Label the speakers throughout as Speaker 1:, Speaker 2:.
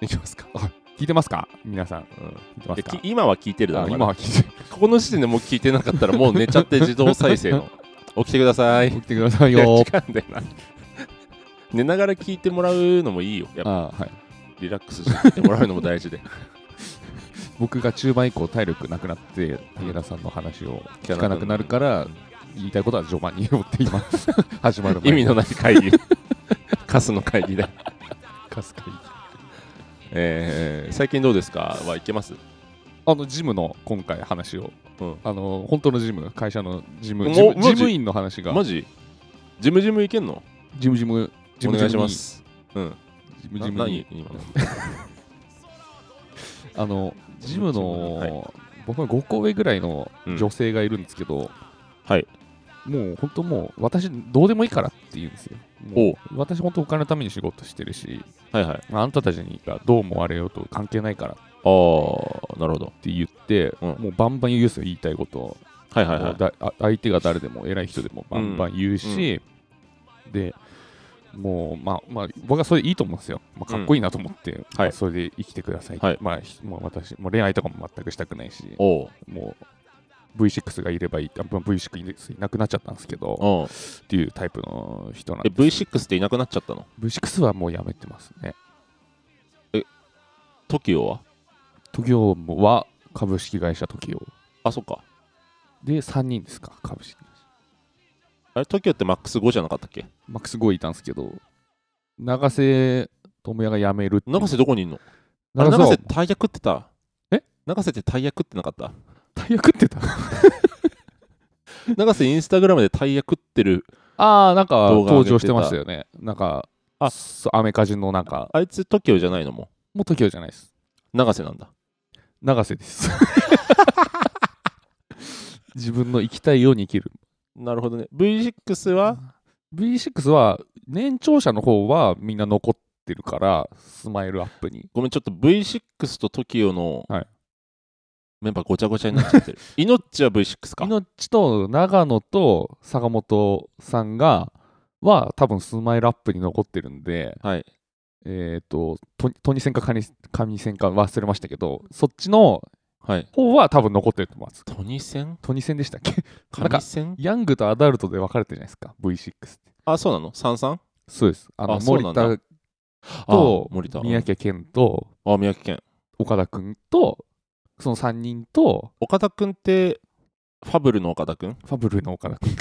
Speaker 1: いきますか。聞いてますか皆さん。聞いてますか
Speaker 2: き今は聞いてるだろ
Speaker 1: あ
Speaker 2: うな
Speaker 1: 今は聞いて、
Speaker 2: ここの時点でもう聞いてなかったらもう寝ちゃって自動再生 の起きてください
Speaker 1: 送ってください
Speaker 2: いや違う
Speaker 1: よ
Speaker 2: ん。だよな寝ながら聞いてもらうのもいいよやっぱ
Speaker 1: あはい。
Speaker 2: リラックスして聞いてもらうのも 大事で
Speaker 1: 僕が中盤以降体力なくなって、武田さんの話を聞かなくなるから、言いたいことは序盤に言おうって今、 始まる
Speaker 2: 意味
Speaker 1: の
Speaker 2: のない会 議カスの会 議だ、
Speaker 1: かすかに
Speaker 2: えー最近どうですかはいけます
Speaker 1: あのジムの今回話を、
Speaker 2: うん
Speaker 1: あの本当のジム会社のジム
Speaker 2: お
Speaker 1: ジム
Speaker 2: マジ
Speaker 1: 事務員の話が
Speaker 2: マジジムジムいけんの
Speaker 1: ジムジムジ
Speaker 2: お
Speaker 1: ム
Speaker 2: 願いしますうん
Speaker 1: ジム
Speaker 2: な
Speaker 1: ジムに
Speaker 2: 何今の
Speaker 1: あのジムの、
Speaker 2: ジムジ
Speaker 1: 僕の5個上ぐらいの女性がいるんですけど、
Speaker 2: はい
Speaker 1: もう本当もう私どうでもいいからって言うんですよもう私本当お金のために仕事してるし
Speaker 2: はいはいあ
Speaker 1: あんたたちがどう思われようと関係ないからっ
Speaker 2: あなるほど
Speaker 1: て言って、
Speaker 2: うん
Speaker 1: もうバンバン言うんですよ言いたいことを
Speaker 2: はいはいはい
Speaker 1: だあ相手が誰でも偉い人でもバンバン言うし、でもう、まあまあ、僕はそれでいいと思うんですよ、まあ、かっこいいなと思って、まあそれで生きてください、
Speaker 2: はい
Speaker 1: まあ、ひもう私もう恋愛とかも全くしたくないし
Speaker 2: おう
Speaker 1: もう V6 がいればいいあまあ V6 いなくなっちゃったんですけど
Speaker 2: おう
Speaker 1: っていうタイプの人なん
Speaker 2: え
Speaker 1: で
Speaker 2: V6 っていなくなっちゃったの
Speaker 1: V6 はもうやめてますね
Speaker 2: TOKIO は
Speaker 1: TOKIO は株式会社 TOKIO
Speaker 2: あそっか
Speaker 1: で3人ですか株式
Speaker 2: あれ TOKIO ってマックス5じゃなかったっけ
Speaker 1: マックス5いたんですけど永瀬智也が辞めるっていう
Speaker 2: 永瀬どこにいんのあれ
Speaker 1: 長瀬
Speaker 2: 永
Speaker 1: は
Speaker 2: 瀬大役ってた
Speaker 1: え
Speaker 2: 永瀬って大役ってなかった
Speaker 1: 大役って た
Speaker 2: 永瀬インスタグラムで大役ってる
Speaker 1: ああ、なんか
Speaker 2: 動画上げ
Speaker 1: 登
Speaker 2: てた
Speaker 1: 場してましたよね。なんか、
Speaker 2: あ
Speaker 1: そうアメカジのなんか、
Speaker 2: あいつ TOKIO じゃないのも
Speaker 1: もう TOKIO じゃないです。
Speaker 2: う永瀬なんだ
Speaker 1: 永瀬 です。自分の生きたいように生きる。
Speaker 2: なるほどね V6 は
Speaker 1: V6 は、年長者の方はみんな残ってるから、スマイルアップに。
Speaker 2: ごめんちょっと V6 と TOKIO の
Speaker 1: はい
Speaker 2: メンバーごちゃごちゃになっちゃっ てるイノッチは V6 か
Speaker 1: 命と長野と坂本さんが、は多分スマイルアップに残ってるんで、
Speaker 2: はい
Speaker 1: えっ、と、トニトニセンかカニカニセンか忘れましたけど、そっちの
Speaker 2: はい
Speaker 1: 方は多分残ってると思います。
Speaker 2: トニセン
Speaker 1: トニセンでしたっけ
Speaker 2: カニセン
Speaker 1: ヤングとアダルトで分かれてるじゃないですか、V6 って。
Speaker 2: あそうなの三三
Speaker 1: そうです。あの
Speaker 2: あそう
Speaker 1: 森
Speaker 2: なんだ
Speaker 1: 田
Speaker 2: あ
Speaker 1: と
Speaker 2: 森田
Speaker 1: 宮城県と
Speaker 2: あ宮城県
Speaker 1: 岡田君と、その3人と、
Speaker 2: 岡田君ってファブルの岡田君
Speaker 1: ファブルの岡田 君。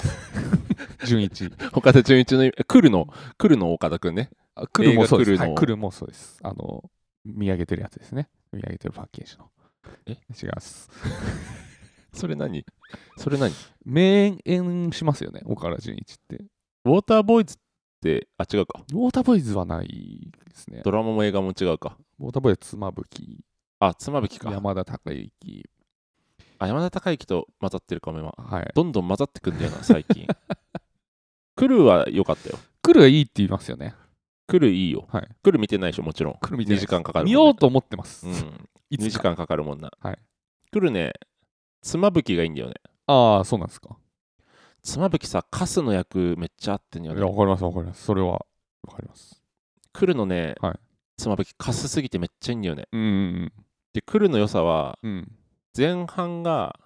Speaker 1: 純一。
Speaker 2: 岡田純一のえクルのクルの岡田君ね
Speaker 1: あクルもそうで
Speaker 2: 映
Speaker 1: す。
Speaker 2: 画
Speaker 1: はい、
Speaker 2: クルの
Speaker 1: クルもそうです。あの、見上げてるやつですね。見上げてるパッケージの。
Speaker 2: え
Speaker 1: 違います。
Speaker 2: それ何それ何
Speaker 1: 名演しますよね、岡田純一って。
Speaker 2: ウォーターボーイズって、あ、違うか。
Speaker 1: ウォーターボーイズはないですね。
Speaker 2: ドラマも映画も違うか。
Speaker 1: ウォーターボーイズは妻夫木、
Speaker 2: あ、妻夫木か。
Speaker 1: 山田孝之。
Speaker 2: あ山田孝之と混ざってるかも今。
Speaker 1: はい。
Speaker 2: どんどん混ざってくんだよな、最近。 クルーは良かったよ。
Speaker 1: クルがいいって言いますよね。
Speaker 2: クルーいいよ。
Speaker 1: はい。
Speaker 2: クルー見てないでしょ、もちろん。
Speaker 1: クル見て
Speaker 2: 2
Speaker 1: ない
Speaker 2: 時間かかるもん
Speaker 1: 見
Speaker 2: ね、
Speaker 1: ようと思ってます。
Speaker 2: うん。
Speaker 1: い
Speaker 2: 2
Speaker 1: つ
Speaker 2: 時
Speaker 1: か。
Speaker 2: 間かかるもんな。
Speaker 1: はい
Speaker 2: クルーね、妻夫木がいいんだよね。
Speaker 1: ああ、そうなんですか。
Speaker 2: 妻夫木さ、カスの役めっちゃ合ってん
Speaker 1: い
Speaker 2: よ
Speaker 1: や、
Speaker 2: ね
Speaker 1: わ。かります、わかります。それは、わかります。
Speaker 2: クルーのね、
Speaker 1: はい
Speaker 2: 妻夫木カスすぎてめっちゃいいんだよね。
Speaker 1: うんうん
Speaker 2: で、クルーの良さは、
Speaker 1: うん。うん。
Speaker 2: 前半が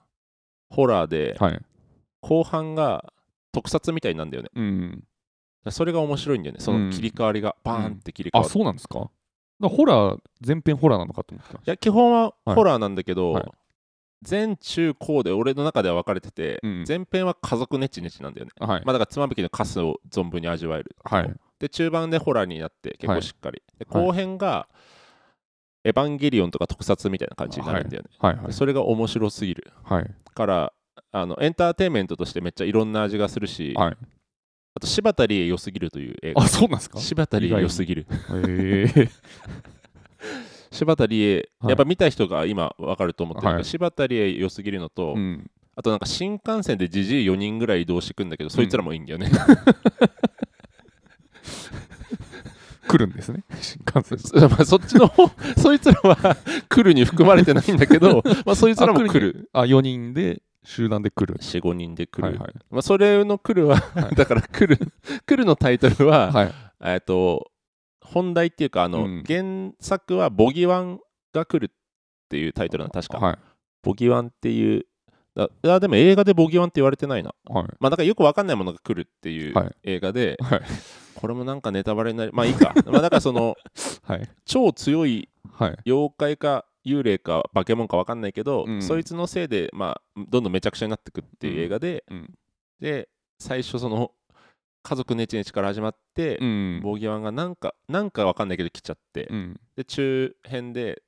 Speaker 2: ホラーで、
Speaker 1: はい。
Speaker 2: 後半が特撮みたいになんだよね。
Speaker 1: うん。
Speaker 2: それが面白いんだよね、その切り替わりが、バーンって切り替わ
Speaker 1: あ、
Speaker 2: る。い
Speaker 1: そうなんですかだからホラー、全編ホラーなのかと思ってました。
Speaker 2: や、基本は
Speaker 1: はい
Speaker 2: ホラーなんだけど、
Speaker 1: はい
Speaker 2: 前中高で俺の中では分かれてて、
Speaker 1: うん
Speaker 2: 前編は家族ネチネチなんだよね。
Speaker 1: はい。
Speaker 2: まあ、だから妻夫木のカスを存分に味わえる。
Speaker 1: はい。
Speaker 2: で、中盤でホラーになって、結
Speaker 1: は
Speaker 2: 構
Speaker 1: い
Speaker 2: しっかり。で
Speaker 1: はい
Speaker 2: 後編が、エヴァンゲリオンとか特撮みたいな感じになるんだよね。
Speaker 1: はい。
Speaker 2: で
Speaker 1: はい。
Speaker 2: それが面白すぎる
Speaker 1: はい。
Speaker 2: から、あのエンターテインメントとしてめっちゃいろんな味がするし、
Speaker 1: はい
Speaker 2: あと柴田理恵良すぎるという映画
Speaker 1: あ、。そうなん ですか
Speaker 2: 柴田理恵良すぎる。
Speaker 1: へえ。
Speaker 2: 柴田理恵、
Speaker 1: はい
Speaker 2: やっぱ見た人が今分かると思ってるけど、
Speaker 1: はい
Speaker 2: 柴田理恵良すぎるのと、
Speaker 1: うん。
Speaker 2: あとなんか新幹線でじじい4人ぐらい移動してくんだけど、そいつらもいいんだよね。
Speaker 1: 来るんです ね。新幹線。
Speaker 2: そまあそっちの方、そいつらは来るに含まれてないんだ けど、まあそいつらも来る。
Speaker 1: る。あ、4人で、集団で来る。
Speaker 2: 4、5人で来る。
Speaker 1: はいはい。
Speaker 2: まあそれの来るは、
Speaker 1: はい
Speaker 2: だから来る、来るのタイトルは、
Speaker 1: はい。
Speaker 2: えっと、本題っていうかあの、
Speaker 1: うん
Speaker 2: 原作は「ボギワンが来る」っていうタイトルなの確か、
Speaker 1: はい
Speaker 2: ボギワンっていうあいやでも映画でボギワンって言われてないな
Speaker 1: はい
Speaker 2: まあだからよくわかんないものが来るっていう
Speaker 1: はい
Speaker 2: 映画で、
Speaker 1: はい
Speaker 2: これもなんかネタバレになりまあいいか まあだからその
Speaker 1: はい
Speaker 2: 超強い
Speaker 1: はい
Speaker 2: 妖怪か幽霊か化け物かわかんないけど、
Speaker 1: うん
Speaker 2: そいつのせいで、まあ、どんどんめちゃくちゃになってくっていう映画で、
Speaker 1: うんうん
Speaker 2: で最初その家族ネチネチから始まって、
Speaker 1: うん
Speaker 2: ボギワンがなんかなんかわかんないけど来ちゃって、
Speaker 1: うん
Speaker 2: で中編で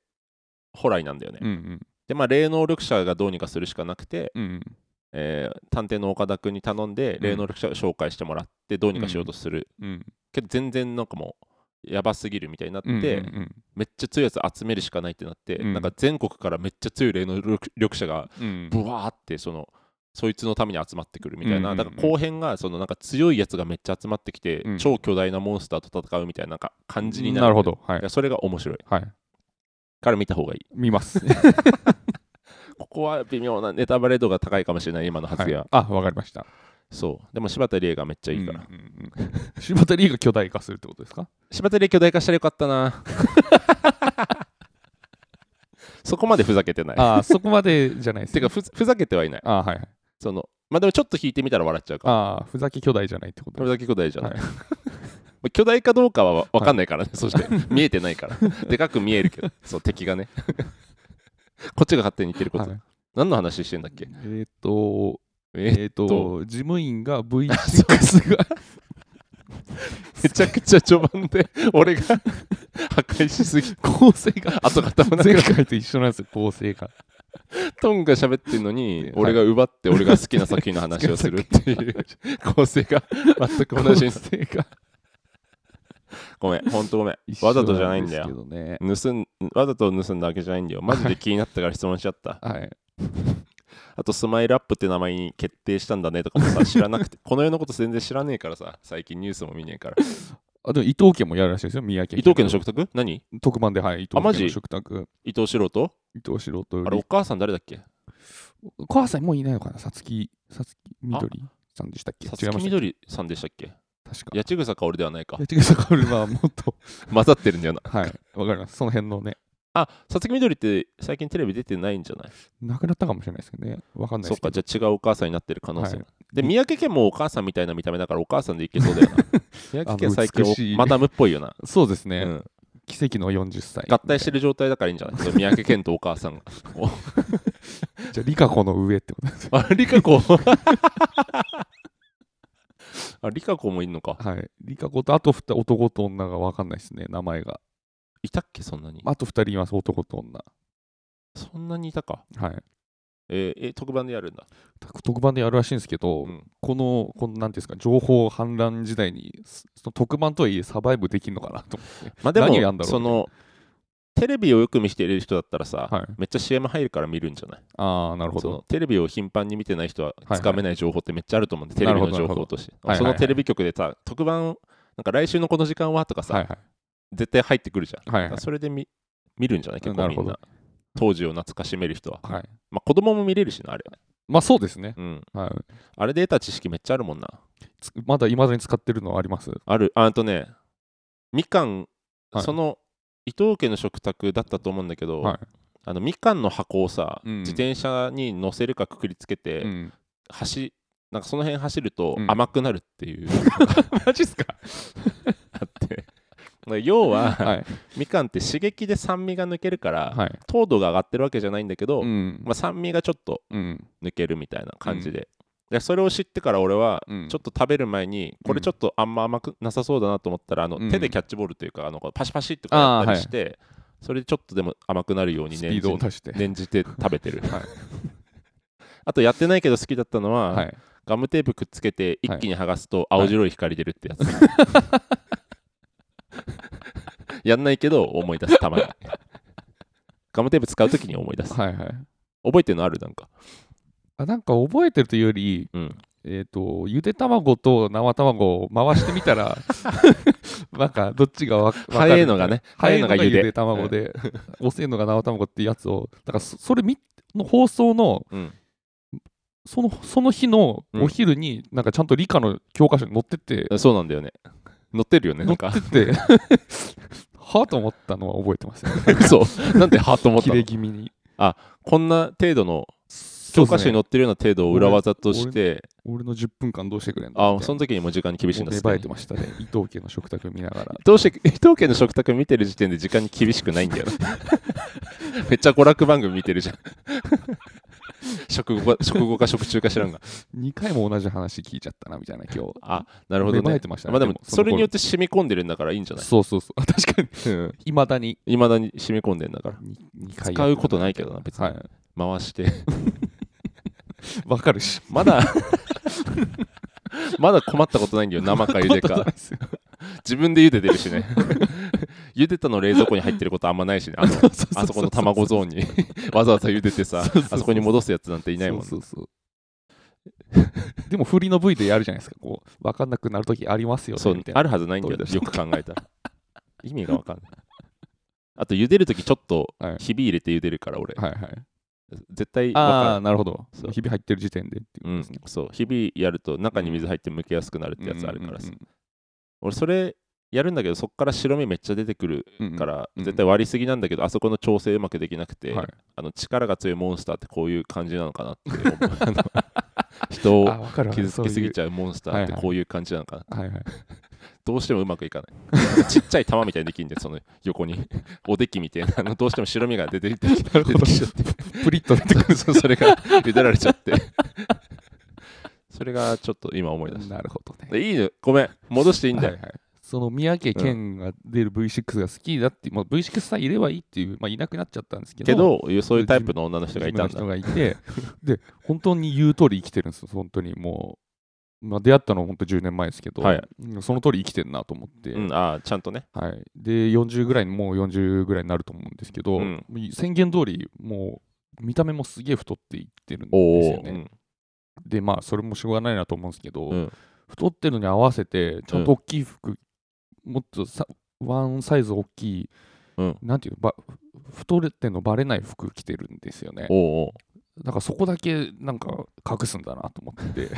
Speaker 2: ホライなんだよね、
Speaker 1: うんうん
Speaker 2: でまあ霊能力者がどうにかするしかなくて、
Speaker 1: うん
Speaker 2: えー探偵の岡田君に頼んで
Speaker 1: うん
Speaker 2: 霊能力者を紹介してもらってどうにかしようとする、
Speaker 1: うん
Speaker 2: けど全然なんかもうやばすぎるみたいになって、
Speaker 1: うんうん
Speaker 2: めっちゃ強いやつ集めるしかないってなって、
Speaker 1: うん
Speaker 2: なんか全国からめっちゃ強い霊能力者が
Speaker 1: うん
Speaker 2: ブワーってそのそいつのために集まってくるみたいな、
Speaker 1: うん
Speaker 2: だから後編がそのなんか強いやつがめっちゃ集まってきて、
Speaker 1: うん
Speaker 2: 超巨大なモンスターと戦うみたいななんか感じになる
Speaker 1: なるほどはい
Speaker 2: いやそれが面白い
Speaker 1: はい
Speaker 2: から見た方がいい
Speaker 1: 見ます
Speaker 2: ここは微妙なネタバレ度が高いかもしれない今の発言は、
Speaker 1: はいあわかりました
Speaker 2: そうでも柴田理恵がめっちゃいいから、
Speaker 1: うんうんうん柴田理恵が巨大化するってことですか
Speaker 2: 柴田理恵巨大化したらよかったな そこまでふざけてない
Speaker 1: あそこまでじゃないです
Speaker 2: てか
Speaker 1: ね
Speaker 2: ふざふざけてはいない
Speaker 1: あはいはい
Speaker 2: そのまあでもちょっと引いてみたら笑っちゃうか
Speaker 1: ああふざけ巨大じゃないってこと
Speaker 2: これ
Speaker 1: です
Speaker 2: だけ巨大じゃない、
Speaker 1: はい
Speaker 2: まあ巨大かどうかは分かんないからね、そして見えてないからでかく見えるけ どそう敵がねこっちが勝手に言ってること、
Speaker 1: はい
Speaker 2: 何の話してんだっけ
Speaker 1: えーっとえ
Speaker 2: え
Speaker 1: ーっと事務員が V6
Speaker 2: そう
Speaker 1: が
Speaker 2: めちゃくちゃ序盤で俺が破壊しすぎ
Speaker 1: 構成が
Speaker 2: 跡形もな
Speaker 1: 前
Speaker 2: く
Speaker 1: 回と一緒なんですよ構成が
Speaker 2: トンが喋ってるのに
Speaker 1: はい
Speaker 2: 俺が奪って俺が好きな作品 の話をす るっていう構成が全く同じ
Speaker 1: 構成が
Speaker 2: ごめんほんとごめん
Speaker 1: 一緒
Speaker 2: わざとじゃないんだよ
Speaker 1: ですけどね
Speaker 2: 盗んわざと盗んだわけじゃないんだよマジで気になったから質問しちゃった
Speaker 1: はい
Speaker 2: あとスマイルアップって名前に決定したんだねとかもさ知らなくて この世のこと全然知らねえからさ最近ニュースも見ねえから
Speaker 1: あでも伊藤家もやるらしいですよ宮城
Speaker 2: 伊藤家の食卓何
Speaker 1: 特番ではい伊藤
Speaker 2: あマ
Speaker 1: 家
Speaker 2: ジ
Speaker 1: の食卓
Speaker 2: 伊藤四郎と
Speaker 1: 伊藤四郎と
Speaker 2: あれお母さん誰だっけ
Speaker 1: お母さんもういないのかなさつきさつきみどりさんでしたっけ
Speaker 2: さつ
Speaker 1: 違い
Speaker 2: き
Speaker 1: まし
Speaker 2: み
Speaker 1: たっ
Speaker 2: どりさんでしたっけ
Speaker 1: け確か
Speaker 2: 八千草か俺では ないか
Speaker 1: 八草薫 はもっと
Speaker 2: 混ざってるんだよな
Speaker 1: はいわかりますその辺のね
Speaker 2: あさつきみどりって最近テレビ出てないんじゃない
Speaker 1: なくなったかもしれないですけどねわかんない
Speaker 2: そ
Speaker 1: です
Speaker 2: っ
Speaker 1: け
Speaker 2: か
Speaker 1: ど
Speaker 2: じゃあ違うお母さんになってる可能性も、
Speaker 1: は
Speaker 2: で三宅家もお母さんみたいな見た目だからお母さんでいけそうだ よな三宅家最
Speaker 1: あの美し
Speaker 2: 近
Speaker 1: い
Speaker 2: おマダムっぽいよな、
Speaker 1: そうです
Speaker 2: う
Speaker 1: ね、
Speaker 2: ん、
Speaker 1: 奇跡の40歳
Speaker 2: 合体してる状態だからいいんじゃないその三宅健とお母さんが
Speaker 1: じゃあリカ子の上ってことです
Speaker 2: あリカ子 あリカ子もいんのか
Speaker 1: はいリカ子とあと二男と女がわかんないですね名前が
Speaker 2: いたっけそんなに、
Speaker 1: あと二人います男と女
Speaker 2: そんなにいたか
Speaker 1: はい
Speaker 2: えーえ特番でやるんだ、
Speaker 1: 特特番でやるらしいんですけど、
Speaker 2: うん
Speaker 1: この、このなんていうんですか、情報氾濫時代に、そその特番とはいえサバイブできるのかなと思って。
Speaker 2: まあでも
Speaker 1: 何やんだろう
Speaker 2: そのテレビをよく見てる人だったらさ、
Speaker 1: はい、
Speaker 2: めっちゃ CM 入るから見るんじゃない
Speaker 1: ああ、なるほ
Speaker 2: そ
Speaker 1: ど
Speaker 2: の。テレビを頻繁に見てない人はつかめない情報ってめっちゃあると思うんで、
Speaker 1: なる
Speaker 2: テレ
Speaker 1: ほ
Speaker 2: ビ
Speaker 1: ど
Speaker 2: の情報として、
Speaker 1: なるほどはい
Speaker 2: そ
Speaker 1: はいは
Speaker 2: の
Speaker 1: い
Speaker 2: テレビ局でさ特番なんか来週のこの時間はとかさ、
Speaker 1: はいはい。
Speaker 2: 絶対入ってくるじゃん、
Speaker 1: はいはい
Speaker 2: それで見見るんじゃない結構
Speaker 1: なる
Speaker 2: み
Speaker 1: ほ
Speaker 2: ん
Speaker 1: ど
Speaker 2: な当時を懐かしめる人は、
Speaker 1: はい。
Speaker 2: まあ、子供も見れるしなあれ、
Speaker 1: まあそうですね。
Speaker 2: うん、
Speaker 1: はい、
Speaker 2: あれで得た知識めっちゃあるもんな
Speaker 1: つまだいまだに使ってるのはあります。
Speaker 2: あるああとねみかん、
Speaker 1: はい
Speaker 2: その伊藤家の食卓だったと思うんだけど、
Speaker 1: は
Speaker 2: あのみかんの箱をさ、
Speaker 1: うん
Speaker 2: 自転車に乗せるかくくりつけ
Speaker 1: い。
Speaker 2: て、
Speaker 1: うん、
Speaker 2: 走なんかその辺走ると
Speaker 1: うん
Speaker 2: 甘くなるっ ていう、
Speaker 1: マジっすか
Speaker 2: あってまあ要は、
Speaker 1: はい。
Speaker 2: みかんって刺激で酸味が抜けるから、
Speaker 1: はい。
Speaker 2: 糖度が上がってるわけじゃないんだけど、
Speaker 1: うん。
Speaker 2: まあ、酸味がちょっと
Speaker 1: うん。
Speaker 2: 抜けるみたいな感じで,、でそれを知ってから俺は
Speaker 1: うん
Speaker 2: ちょっと食べる前にこれちょっとあんま甘くなさそうだなと思ったらあの
Speaker 1: うん
Speaker 2: 手でキャッチボールというかあのこうパシパシってこうやったりして、それでちょっとでも甘くなるように
Speaker 1: スピ
Speaker 2: 念
Speaker 1: ー
Speaker 2: じ
Speaker 1: ドを出して。
Speaker 2: 念じて食べてる、
Speaker 1: はい
Speaker 2: あとやってないけど好きだったのは、
Speaker 1: はい。
Speaker 2: ガムテープくっつけて
Speaker 1: はい
Speaker 2: 一気に剥がすと青白い光出るってやつ、 やんないけど思い出すたまにガムテープ使うときに思い出す覚
Speaker 1: はいはい。
Speaker 2: えてるのあるなんか
Speaker 1: あなんか覚えてるというより、
Speaker 2: うん
Speaker 1: えっ、と、ゆで卵と生卵を回してみた ら、なんかどっちがわわかるみた
Speaker 2: 早いのがね
Speaker 1: 早いのがゆ
Speaker 2: 早いのがゆで
Speaker 1: で卵で、遅いのが生卵ってやつを、だからそそれみの放送の、
Speaker 2: うん
Speaker 1: そのその日の
Speaker 2: うん
Speaker 1: お昼に、なんかちゃんと理科の教科書に載ってて、
Speaker 2: そうなんだよね乗ってるよね、
Speaker 1: 乗
Speaker 2: な
Speaker 1: っ
Speaker 2: んか。
Speaker 1: ててはと思ったのは覚えてますね
Speaker 2: 嘘。なんでハート思った
Speaker 1: 切
Speaker 2: の
Speaker 1: れ気味に
Speaker 2: こんな程度の、教科書に載ってるような程度を裏技として、
Speaker 1: 俺の10分間どうしてくれんの
Speaker 2: あ
Speaker 1: みたいな
Speaker 2: その時にもう時間に厳しいんだ
Speaker 1: もう芽生えてま したね伊藤家の食卓見ながら
Speaker 2: どうして伊藤家の食卓見てる時点で時間に厳しくないんだ よなめっちゃ娯楽番組見てるじゃん 食後か食後か食中か知らんが
Speaker 1: 2回も同じ話聞いちゃったなみたいな今日
Speaker 2: あなるほど
Speaker 1: 芽生
Speaker 2: ね
Speaker 1: えてましたね
Speaker 2: まあでもそれによってて染み込んでるんだからいいんじゃない
Speaker 1: そうそうそう あ確かに
Speaker 2: うん
Speaker 1: いまだに
Speaker 2: いまだに染み込んでるんだから
Speaker 1: に二回
Speaker 2: 使うことないけどな別に、
Speaker 1: はい
Speaker 2: 回して
Speaker 1: わかるし
Speaker 2: まだ まだ困ったことない んだよ生か茹
Speaker 1: わ
Speaker 2: で
Speaker 1: かんな
Speaker 2: か
Speaker 1: いですよ
Speaker 2: 自分で茹でてるしね 茹でたの冷蔵庫に入ってることあんまないしねあの
Speaker 1: そうそう
Speaker 2: あそこの卵ゾーンに わざわざ茹でてさ
Speaker 1: そうそうそう
Speaker 2: あそこに戻すやつなんていないもんね
Speaker 1: そうそうそうでも振りの V でやるじゃないですかこうわかんなくなる時ありますよ
Speaker 2: そ
Speaker 1: ね
Speaker 2: う
Speaker 1: みたいな
Speaker 2: あるはずないんだよ
Speaker 1: どういう
Speaker 2: よく考えたら意味がわかんないあと茹でるときちょっと
Speaker 1: はい
Speaker 2: ひび入れて茹でるから俺、
Speaker 1: はいはい
Speaker 2: 絶対わ
Speaker 1: あ
Speaker 2: か
Speaker 1: あなるほど
Speaker 2: そう
Speaker 1: 日々入ってる時点でっていうこ
Speaker 2: る、う
Speaker 1: と
Speaker 2: ん
Speaker 1: ですね、
Speaker 2: そうひびやると中に水入って剥けやすくなるってやつあるからさ、俺それやるんだけどそっから白身めっちゃ出てくる
Speaker 1: うんうん
Speaker 2: から、
Speaker 1: うん
Speaker 2: 絶対割りすぎなんだけどあそこの調整うまくできなくて、
Speaker 1: はい
Speaker 2: あの力が強いモンスターってこういう感じなのかなって思うあの人
Speaker 1: あ
Speaker 2: を
Speaker 1: わかるわかる
Speaker 2: 傷つけすぎちゃうモンスターっ
Speaker 1: はい
Speaker 2: て
Speaker 1: はい
Speaker 2: こういう感じなのかな、
Speaker 1: そういうはいはい
Speaker 2: どうしてもうまくいかない。ちっちゃい玉みたいにできんで、その横に。おできみたいな、あのどうしても白身が出て出て
Speaker 1: なるほ
Speaker 2: 出て
Speaker 1: ど
Speaker 2: きちゃって
Speaker 1: プリッと出てくる
Speaker 2: そう、それが茹でられちゃって。それがちょっと今思い出し
Speaker 1: なるほどね
Speaker 2: た。いいの、ごめん、戻していいんだよ。
Speaker 1: はいはいその宮家健が出る V6 が好きだって、まあ、V6 さえいればいいっていう、まあ、いなくなっちゃったんですけど
Speaker 2: けど、そういうタイプの女の人がいたん
Speaker 1: 自
Speaker 2: だ
Speaker 1: 分。の人がいて で本当に言う通り生きてるんですよ本当にもう、まあ、出会ったのは本当10年前ですけど、
Speaker 2: はい
Speaker 1: うんその通り生きてるなと思って、
Speaker 2: うん、ああ、ちゃんとね。
Speaker 1: はい、で40ぐらいにもう40ぐらいになると思うんですけど、
Speaker 2: うん
Speaker 1: 宣言通りもう見た目もすげえ太っていってるん
Speaker 2: お
Speaker 1: ですよ
Speaker 2: お、
Speaker 1: ね、
Speaker 2: うん
Speaker 1: でまあそれもしょうがないなと思うんですけど、
Speaker 2: うん
Speaker 1: 太ってるのに合わせてちゃんと大きい服、もっとさワンサイズ大きい、
Speaker 2: うん
Speaker 1: なんていうのば太れてんのバレない服着てるんですよね
Speaker 2: おうおう。
Speaker 1: だからそこだけなんか隠すんだなと思 って。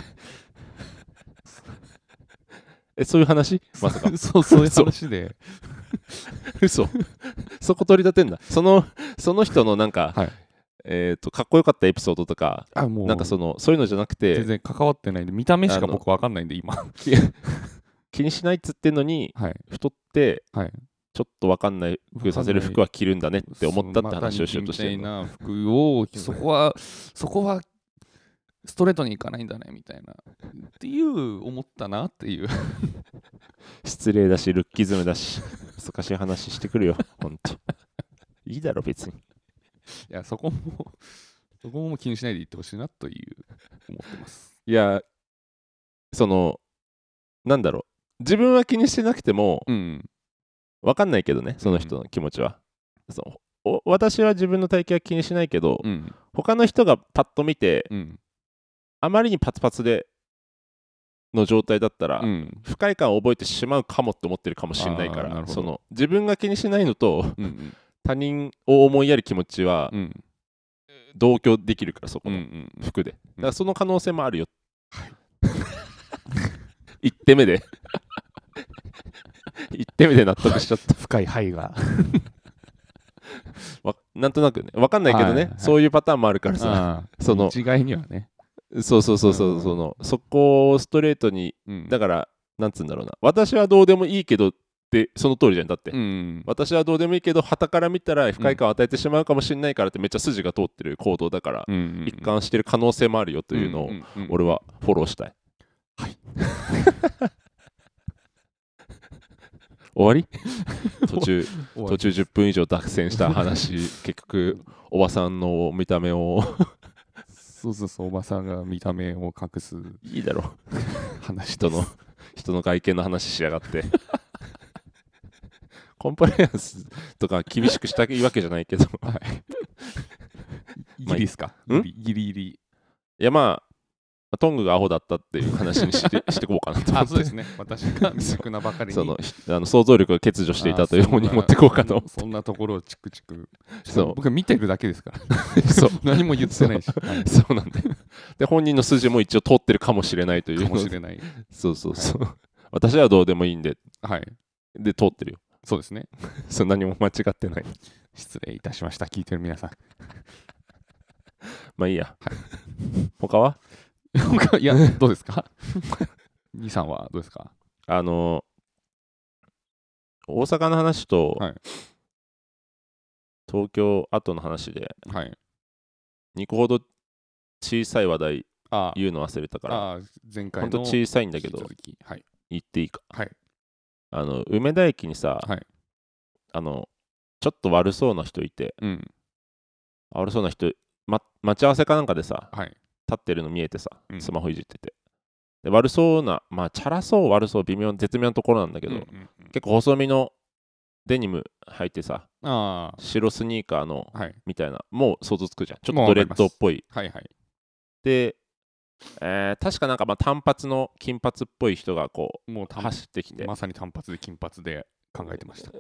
Speaker 2: え、そういう話まさ か
Speaker 1: そうそういう話で
Speaker 2: 嘘。そこ取り立てんだ。その、その人のなんか、
Speaker 1: はい
Speaker 2: えっと、かっこよかったエピソードとか、
Speaker 1: あもう
Speaker 2: なんかそのそういうのじゃなく
Speaker 1: 全
Speaker 2: て
Speaker 1: 然関わってないんで見た目しか僕わかんないんで今
Speaker 2: 気にしないっつってんのに
Speaker 1: はい
Speaker 2: 太って
Speaker 1: はい
Speaker 2: ちょっとわかんない服させる服は着るんだねって思ったって話をしようとして
Speaker 1: る
Speaker 2: る
Speaker 1: みたい
Speaker 2: の
Speaker 1: な服を そこはそこはストレートにいかないんだねみたいなっていう思ったなっていう
Speaker 2: 失礼だしルッキズムだし難しい話してくるよほんといいだろ別に
Speaker 1: いやそこも そこも気にしないでいってほしいなという思ってます
Speaker 2: いやそのなんだろう自分は気にしてなくても
Speaker 1: うん
Speaker 2: わかんないけどねその人の気持ちは、そのお私は自分の体型は気にしないけど、
Speaker 1: うん
Speaker 2: 他の人がパッと見て
Speaker 1: うん
Speaker 2: あまりにパツパツでの状態だったら、
Speaker 1: うん
Speaker 2: 不快感を覚えてしまうかもって思ってるかもしれない
Speaker 1: あ
Speaker 2: か
Speaker 1: ーなる
Speaker 2: ら
Speaker 1: ほど
Speaker 2: その自分が気にしないのと
Speaker 1: うんうん
Speaker 2: 他人を思いやる気持ちは
Speaker 1: うん
Speaker 2: 同居できるからそこ
Speaker 1: うんう
Speaker 2: の
Speaker 1: ん
Speaker 2: 服でだからその可能性もあるよ、 一手目で一手目で納得しちゃった
Speaker 1: 深い範囲が
Speaker 2: わなんとなくね分かんないけど
Speaker 1: はい
Speaker 2: ね、
Speaker 1: はいはい
Speaker 2: そういうパターンもあるからさ その
Speaker 1: 一概にはね
Speaker 2: そうそうそうそううんそのそこをストレートに
Speaker 1: うん
Speaker 2: だからなんつうんだろうな私はどうでもいいけどってその通りじゃんだって
Speaker 1: うん
Speaker 2: 私はどうでもいいけど旗から見たら不快感を与えてしまうかもしれないからってめっちゃ筋が通ってる行動だから、
Speaker 1: 一
Speaker 2: 一貫してる可能性もあるよというのを俺はフォローしたい、はい 終わり途中途中10分以上脱線した 話結局おばさんの見た目を
Speaker 1: そうそうそうおばさんが見た目を隠す
Speaker 2: いいだろ
Speaker 1: 話
Speaker 2: 人の人の外見の話しやがって コンプライアンスとか厳しくしたいわけじゃないけど
Speaker 1: ギリですか
Speaker 2: ん
Speaker 1: ギリギリギリ
Speaker 2: いやまあトングがアホだったっていう話にして してこうかなと思って
Speaker 1: ね私が未熟なばかり
Speaker 2: そのひあの想像力が欠如していたという
Speaker 1: あーそ
Speaker 2: 方
Speaker 1: んな
Speaker 2: に持ってこうかと
Speaker 1: そんなところをチクチク
Speaker 2: そう
Speaker 1: 僕は見てるだけですから
Speaker 2: そう
Speaker 1: 何も言ってないしはい
Speaker 2: そうなんだよで本人の筋も一応通ってるかもしれないという
Speaker 1: かもしれない
Speaker 2: そうそうそう私はどうでもいいんで、
Speaker 1: はい。
Speaker 2: で、通ってるよ。
Speaker 1: そうですね。
Speaker 2: そう何も間違ってない。
Speaker 1: 失礼いたしました。聞いてる皆さん。
Speaker 2: まあいいや。他は
Speaker 1: 他いや、どうですか 兄さんはどうですか
Speaker 2: あの、大阪の話と、
Speaker 1: はい
Speaker 2: 東京後の話で、
Speaker 1: はい。
Speaker 2: 2個ほど小さい話題
Speaker 1: あ
Speaker 2: 言うの忘れたから、
Speaker 1: あー、前回
Speaker 2: ほ
Speaker 1: の
Speaker 2: んと小さいんだけど
Speaker 1: 引、き続きはい。
Speaker 2: 言っていいか。
Speaker 1: はい。
Speaker 2: あの、梅田駅にさ、
Speaker 1: はい
Speaker 2: あの、ちょっと悪そうな人いて、
Speaker 1: うん。
Speaker 2: あ悪そうな人、ま、待ち合わせかなんかでさ、
Speaker 1: はい。
Speaker 2: 立ってるの見えてさ
Speaker 1: う、ん
Speaker 2: スマホいじってて。で悪そうな、まあ、チャラそう、悪そう、微妙、絶妙なところなんだけど、
Speaker 1: うんうんうん
Speaker 2: 結構細身のデニム履いてさ、
Speaker 1: あ
Speaker 2: 白スニーカーの
Speaker 1: あ、はい。
Speaker 2: みたいな、もう想像つくじゃん。ちょっ
Speaker 1: も
Speaker 2: と
Speaker 1: う
Speaker 2: ド
Speaker 1: わ
Speaker 2: レ
Speaker 1: かりま
Speaker 2: ッ
Speaker 1: す
Speaker 2: ドっぽい。
Speaker 1: はいはい。
Speaker 2: で、えー確かなんかまあ単髪の金髪っぽい人がこ
Speaker 1: もう
Speaker 2: う
Speaker 1: 単
Speaker 2: 走ってきて、
Speaker 1: まさに単発で金髪で考えてました。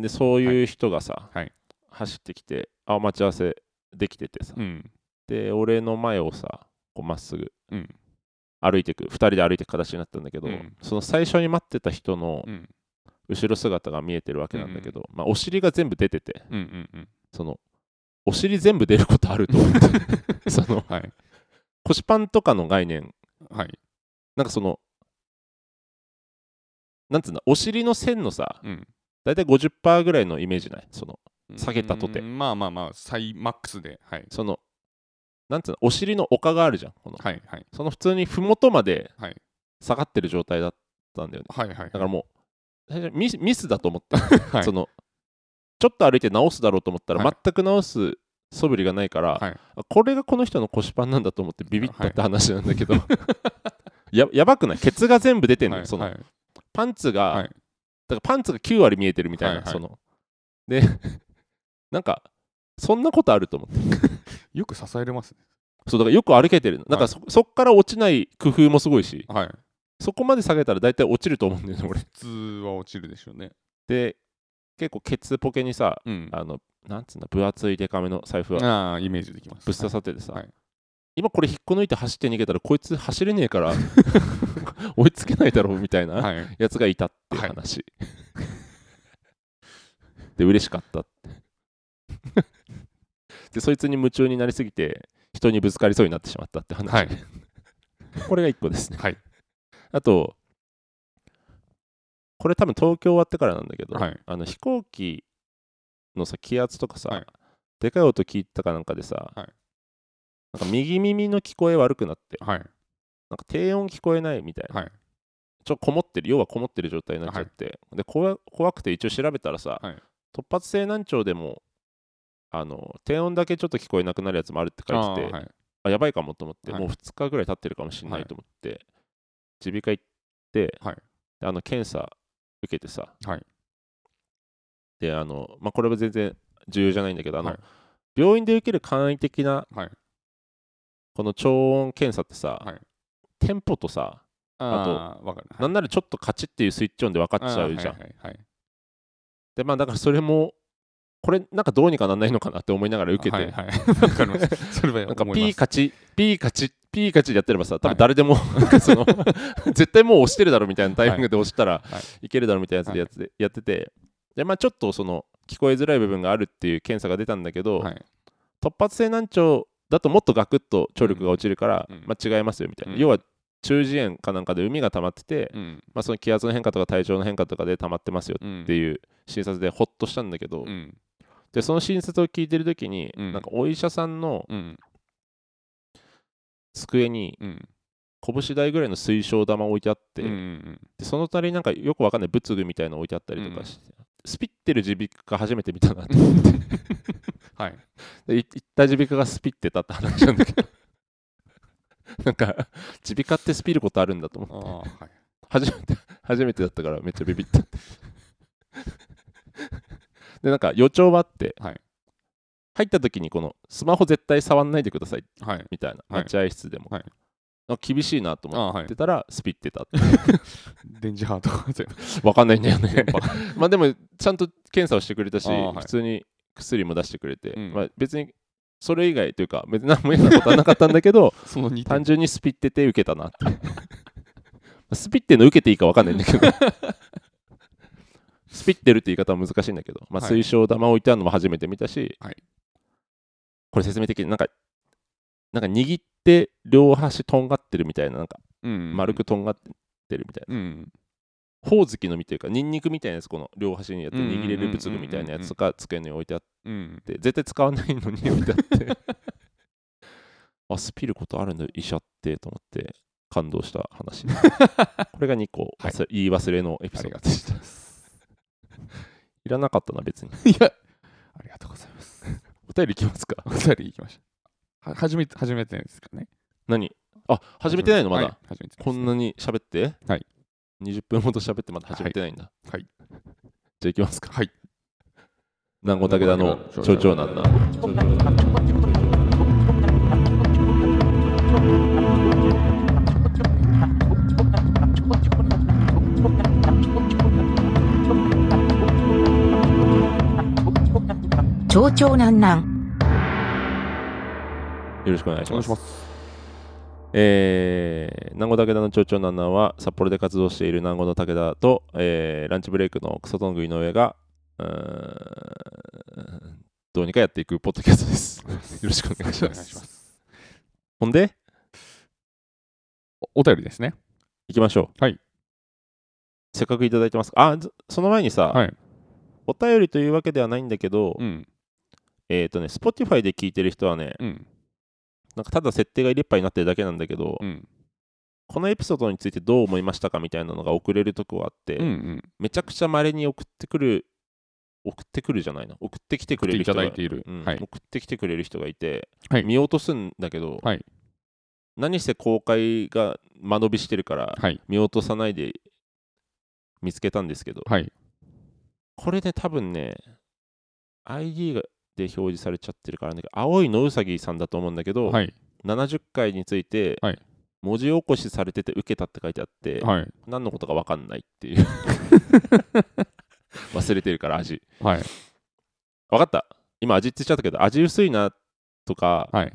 Speaker 2: でそういう人がさ、
Speaker 1: はい
Speaker 2: 走ってきて、あ、待ち合わせできててさ、
Speaker 1: うん。
Speaker 2: で、俺の前をさ、こうまっすぐ
Speaker 1: うん。
Speaker 2: 歩いていく、2人で歩いていく形になったんだけど、
Speaker 1: うん
Speaker 2: その最初に待ってた人の
Speaker 1: うん。
Speaker 2: 後ろ姿が見えてるわけなんだけど、まあ、お尻が全部出てて、
Speaker 1: うんうんうん。
Speaker 2: その、お尻全部出ることあると思って、 その、
Speaker 1: はい。
Speaker 2: 腰パンとかの概念
Speaker 1: はい。
Speaker 2: なんかその、なんつうんだ、お尻の線のさ、
Speaker 1: うん。
Speaker 2: 大体50%ぐらいのイメージないその、下げたとて
Speaker 1: うんまあまあまあ、最マックスで。はい。
Speaker 2: その、なんつうの、お尻の丘があるじゃん。この
Speaker 1: はいはい。
Speaker 2: その普通に麓まで
Speaker 1: はい
Speaker 2: 下がってる状態だったんだよね。
Speaker 1: はいはい
Speaker 2: だか。らもう、最初ミスミスだと思って、
Speaker 1: はい
Speaker 2: その、ちょっと歩いて直すだろうと思ったら、
Speaker 1: はい
Speaker 2: 全く直す素振りがないから、
Speaker 1: はい
Speaker 2: あこれがこの人の腰パンなんだと思ってビビったって話なんだけど、 ややばくないケツが全部出てんのよ、
Speaker 1: はい
Speaker 2: その
Speaker 1: はい
Speaker 2: パンツが、
Speaker 1: はい
Speaker 2: だからパンツが9割見えてるみたいな、
Speaker 1: はいはい
Speaker 2: その。で、 なんか、そんなことあると思って。
Speaker 1: よく支えれますね。
Speaker 2: そう、だからよく歩けてるの。なんかそ、そっから落ちない工夫もすごいし、
Speaker 1: はい。
Speaker 2: そこまで下げたら大体落ちると思うんだよね、俺。
Speaker 1: 普通は落ちるでしょうね。
Speaker 2: で、結構ケツポケにさ、
Speaker 1: うん。
Speaker 2: あの、なんつうんだ、分厚いデカめの財布は
Speaker 1: ああ、イメージできます。
Speaker 2: ぶっ刺さっててさ、
Speaker 1: はいはい
Speaker 2: 今これ引っこ抜いて走って逃げたら、こいつ走れね えから、追いつけないだろうみたいな
Speaker 1: はい。はい
Speaker 2: やつがいたっていう話。 で、嬉しかったって。 で、そいつに夢中になりすぎて、人にぶつかりそうになってしまったって話。
Speaker 1: はい。
Speaker 2: これが1個ですね。
Speaker 1: はい
Speaker 2: あと、これ多分東京終わってからなんだけど、
Speaker 1: はい
Speaker 2: あの飛行機のさ気圧とかさ、
Speaker 1: はい
Speaker 2: でかい音聞いたかなんかでさ、
Speaker 1: はい
Speaker 2: なんか右耳の聞こえ悪くなって、
Speaker 1: はい。
Speaker 2: なんか低音聞こえないみたいな、
Speaker 1: はい。
Speaker 2: ちょこもってる、要はこもってる状態になっちゃって、で怖怖くて一応調べたらさ、
Speaker 1: はい
Speaker 2: 突発性難聴でもあの低音だけちょっと聞こえなくなるやつもあるって書い
Speaker 1: あ
Speaker 2: てて、
Speaker 1: ーはい
Speaker 2: あやばいかもと思って、
Speaker 1: はい
Speaker 2: もう2日ぐらい経ってるかもしれな
Speaker 1: はいい
Speaker 2: と思って耳鼻科行って、
Speaker 1: はい
Speaker 2: であの検査受けてさ、
Speaker 1: はい
Speaker 2: であの、まあ、これは全然重要じゃないんだけどあの、
Speaker 1: はい
Speaker 2: 病院で受ける簡易的な
Speaker 1: はい
Speaker 2: この超音検査ってさ、
Speaker 1: はい
Speaker 2: テンポとさ、
Speaker 1: あと、わかる。
Speaker 2: なんならちょっとカチッっていうスイッチオンで分か
Speaker 1: あ
Speaker 2: っ
Speaker 1: ー
Speaker 2: ちゃうじゃん。
Speaker 1: はいはいはい。
Speaker 2: でまあだからそれもこれなんかどうにかなんないのかなって思いながら受けて、
Speaker 1: はいはい。わ かります。それは
Speaker 2: なんかピ
Speaker 1: 思いま
Speaker 2: ー
Speaker 1: す
Speaker 2: カチピーカチピーカチでやってればさ多分誰でも、 その絶対もう押してるだろみたいなタイミングで押したら
Speaker 1: はい
Speaker 2: いけるだろみたいなやつでやって,、やっててでまあちょっとその聞こえづらい部分があるっていう検査が出たんだけど、
Speaker 1: はい。
Speaker 2: 突発性難聴だともっとガクッと聴力が落ちるから、
Speaker 1: うんうん
Speaker 2: まあ、違いますよみたいな、
Speaker 1: うん
Speaker 2: 要は中耳炎かなんかで海が溜まってて、
Speaker 1: うん。
Speaker 2: まあ、その気圧の変化とか体調の変化とかで溜まってますよ
Speaker 1: うん
Speaker 2: っていう診察でほっとしたんだけど、
Speaker 1: うん。
Speaker 2: でその診察を聞いてる時に、
Speaker 1: うん
Speaker 2: なんかお医者さんの
Speaker 1: うん。
Speaker 2: 机に
Speaker 1: うん。
Speaker 2: 拳台ぐらいの水晶玉置いてあって、
Speaker 1: うんうん
Speaker 2: でその隣になんかよくわかんない仏具みたいの置いてあったりとかして、スピってる耳鼻科初めて見たなと思って
Speaker 1: はい。
Speaker 2: でい行った耳鼻科がスピってたって話なんだけど なんか耳鼻科ってスピることあるんだと
Speaker 1: ああ
Speaker 2: 思って
Speaker 1: ー、はい。
Speaker 2: 初めて初めて だったからめっちゃビビったでなんか予兆はあって、
Speaker 1: はい
Speaker 2: 入った時にこのスマホ絶対触んないでください
Speaker 1: はい。
Speaker 2: みたいな
Speaker 1: はい
Speaker 2: 待合室でも、
Speaker 1: はい
Speaker 2: なんか厳しいなと
Speaker 1: あ
Speaker 2: 思
Speaker 1: あー、は
Speaker 2: っ
Speaker 1: い
Speaker 2: て。たらスピってたって
Speaker 1: 電磁波とか全部。
Speaker 2: わかんないんだよね
Speaker 1: 電波
Speaker 2: まあでもちゃんと検査をしてくれたし、
Speaker 1: ああはい
Speaker 2: 普通に薬も出してくれて、
Speaker 1: うん
Speaker 2: まあ、別にそれ以外というか 別に何も嫌なことはなかったんだけど
Speaker 1: その2
Speaker 2: 単
Speaker 1: 点。
Speaker 2: 純にスピってて受けたなって スピってるの受けていいか分かんないんだ けどスピってるって言い方は難しいんだけど、まあ、
Speaker 1: はい
Speaker 2: 水晶玉置いてあるのも初めて見たし、
Speaker 1: はい
Speaker 2: これ説明的になんかなんか握って両端とんがってるみたいななんか
Speaker 1: うん
Speaker 2: 丸くとんがってるみたいな、
Speaker 1: うん
Speaker 2: ほおずきの実というかニンニクみたいなやつこの両端にやって握れる仏具みたいなやつとか机の上に置いてあっ
Speaker 1: うん
Speaker 2: て絶対使わないのに置いてあって あスピることあるんだ医者ってと思って感動した 話これが2個、
Speaker 1: はい
Speaker 2: 忘れ言い忘れのエピ
Speaker 1: あ
Speaker 2: ソ
Speaker 1: り
Speaker 2: ー
Speaker 1: がと
Speaker 2: ド
Speaker 1: うございます
Speaker 2: いらなかったな別に
Speaker 1: いやありがとうございます
Speaker 2: お便りいきますか
Speaker 1: お二人行きましたは初めて初めてですかね
Speaker 2: 何あ始めてないのまだ、
Speaker 1: はい初めてです
Speaker 2: こんなに喋って、
Speaker 1: はい
Speaker 2: 20分ほど喋ってまだ始めてないんだ
Speaker 1: はいはい
Speaker 2: じゃあいきますか
Speaker 1: はい
Speaker 2: 南郷武田の長長男な
Speaker 3: 長々なんなん。
Speaker 2: よろしくお願いし
Speaker 1: お願
Speaker 2: ま
Speaker 1: い
Speaker 2: す
Speaker 1: します
Speaker 2: えー、南郷武田の町長ナンナンは札幌で活動している南郷の武田と、えーランチブレイクのクソトング井上がうーんどうにかやっていくポッドキャストです。よろしくお願いし
Speaker 1: お願
Speaker 2: ま
Speaker 1: い
Speaker 2: す。
Speaker 1: します
Speaker 2: ほんで
Speaker 1: おお便りですね
Speaker 2: 行きましょう。
Speaker 1: はい。
Speaker 2: せっかくいただいてます。あ、ずその前にさ、
Speaker 1: はい
Speaker 2: お便りというわけではないんだけど、
Speaker 1: うん
Speaker 2: えっ、とね、Spotify で聞いてる人はね、
Speaker 1: うん
Speaker 2: なんかただ設定が入れっぱいになってるだけなんだけど、
Speaker 1: うん
Speaker 2: このエピソードについてどう思いましたかみたいなのが送れるとこはあって、
Speaker 1: うんうん
Speaker 2: めちゃくちゃ稀に送ってくる、送ってくるじゃないな、送ってきてくれる
Speaker 1: い
Speaker 2: 人
Speaker 1: た
Speaker 2: が
Speaker 1: だいている
Speaker 2: うん
Speaker 1: はい
Speaker 2: 送ってきてくれる人がいて、
Speaker 1: はい
Speaker 2: 見落とすんだけど、
Speaker 1: はい
Speaker 2: 何せ公開が間延びしてるから、
Speaker 1: はい
Speaker 2: 見落とさないで見つけたんですけど、
Speaker 1: はい
Speaker 2: これね、多分ね、ID がで表示されちゃってるから、ね、青い野うさぎさんだと思うんだけど、
Speaker 1: はい
Speaker 2: 70回について、
Speaker 1: はい
Speaker 2: 文字起こしされてて受けたって書いてあって、
Speaker 1: はい
Speaker 2: 何のことか分かんないっていう 忘れてるから味
Speaker 1: はい
Speaker 2: 分かった今味って言っちゃったけど味薄いなとか
Speaker 1: はい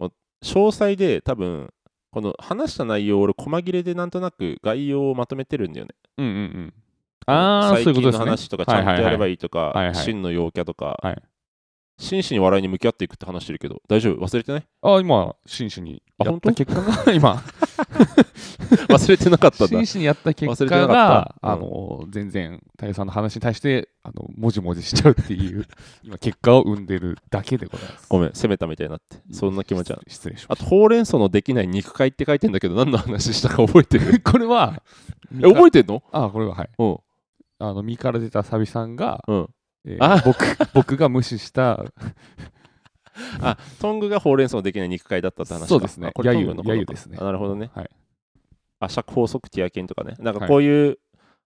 Speaker 2: 詳細で多分この話した内容を俺細切れでなんとなく概要をまとめてるんだよね
Speaker 1: うんうんうんああそうい
Speaker 2: 最
Speaker 1: うこ
Speaker 2: 近
Speaker 1: とで
Speaker 2: の
Speaker 1: すね
Speaker 2: 話とかちゃんとやればいいとか、
Speaker 1: はいはいはい
Speaker 2: 真の陽キャとか、
Speaker 1: はい
Speaker 2: 真摯に笑いに向き合っていくって話してるけど大丈夫忘れてない
Speaker 1: あ今真摯にやっ
Speaker 2: あ
Speaker 1: た
Speaker 2: 本当
Speaker 1: 結果が 今
Speaker 2: 忘れてなかったん
Speaker 1: 真
Speaker 2: だ
Speaker 1: 摯にやった
Speaker 2: 忘
Speaker 1: 結
Speaker 2: れて
Speaker 1: 果
Speaker 2: なか
Speaker 1: が、
Speaker 2: ったうん
Speaker 1: あの全然太陽さんの話に対してあのもじもじしちゃうっていう 今結果を生んでるだけでございます
Speaker 2: ごめん責めたみたいになってそんな気持ちは
Speaker 1: 失礼しま
Speaker 2: あ
Speaker 1: し
Speaker 2: とほうれん草のできない肉塊って書いてんだけど何の話したか覚えて る
Speaker 1: たこれは
Speaker 2: え覚えてんの
Speaker 1: あこれははい
Speaker 2: うん
Speaker 1: あの身から出たサビさんが、
Speaker 2: うん
Speaker 1: えー
Speaker 2: あ
Speaker 1: 僕僕が無視した
Speaker 2: あ、トングがほうれん草のできない肉塊だったって話か
Speaker 1: そうですね
Speaker 2: あこれ
Speaker 1: や
Speaker 2: ト
Speaker 1: ゆ
Speaker 2: ングのこと
Speaker 1: や
Speaker 2: か
Speaker 1: ゆですね
Speaker 2: あなるほどね。
Speaker 1: はい
Speaker 2: あ、釈放即ティアキンとかね。なんかこういう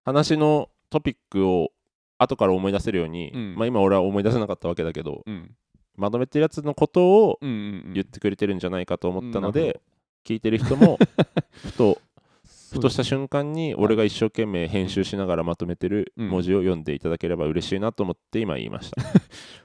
Speaker 2: 話のトピックを後から思い出せるように、
Speaker 1: うん
Speaker 2: まあ今俺は思い出せなかったわけだけど、
Speaker 1: うん
Speaker 2: まとめてるやつのことを
Speaker 1: うんうん
Speaker 2: 言ってくれてるんじゃないかと思ったので、
Speaker 1: うんなる
Speaker 2: 聞いてる人 もふと、
Speaker 1: ふ
Speaker 2: ふとした瞬間に俺が一生懸命編集しながらまとめてる
Speaker 1: うん
Speaker 2: 文字を読んでいただければ嬉しいなと思って今言いました。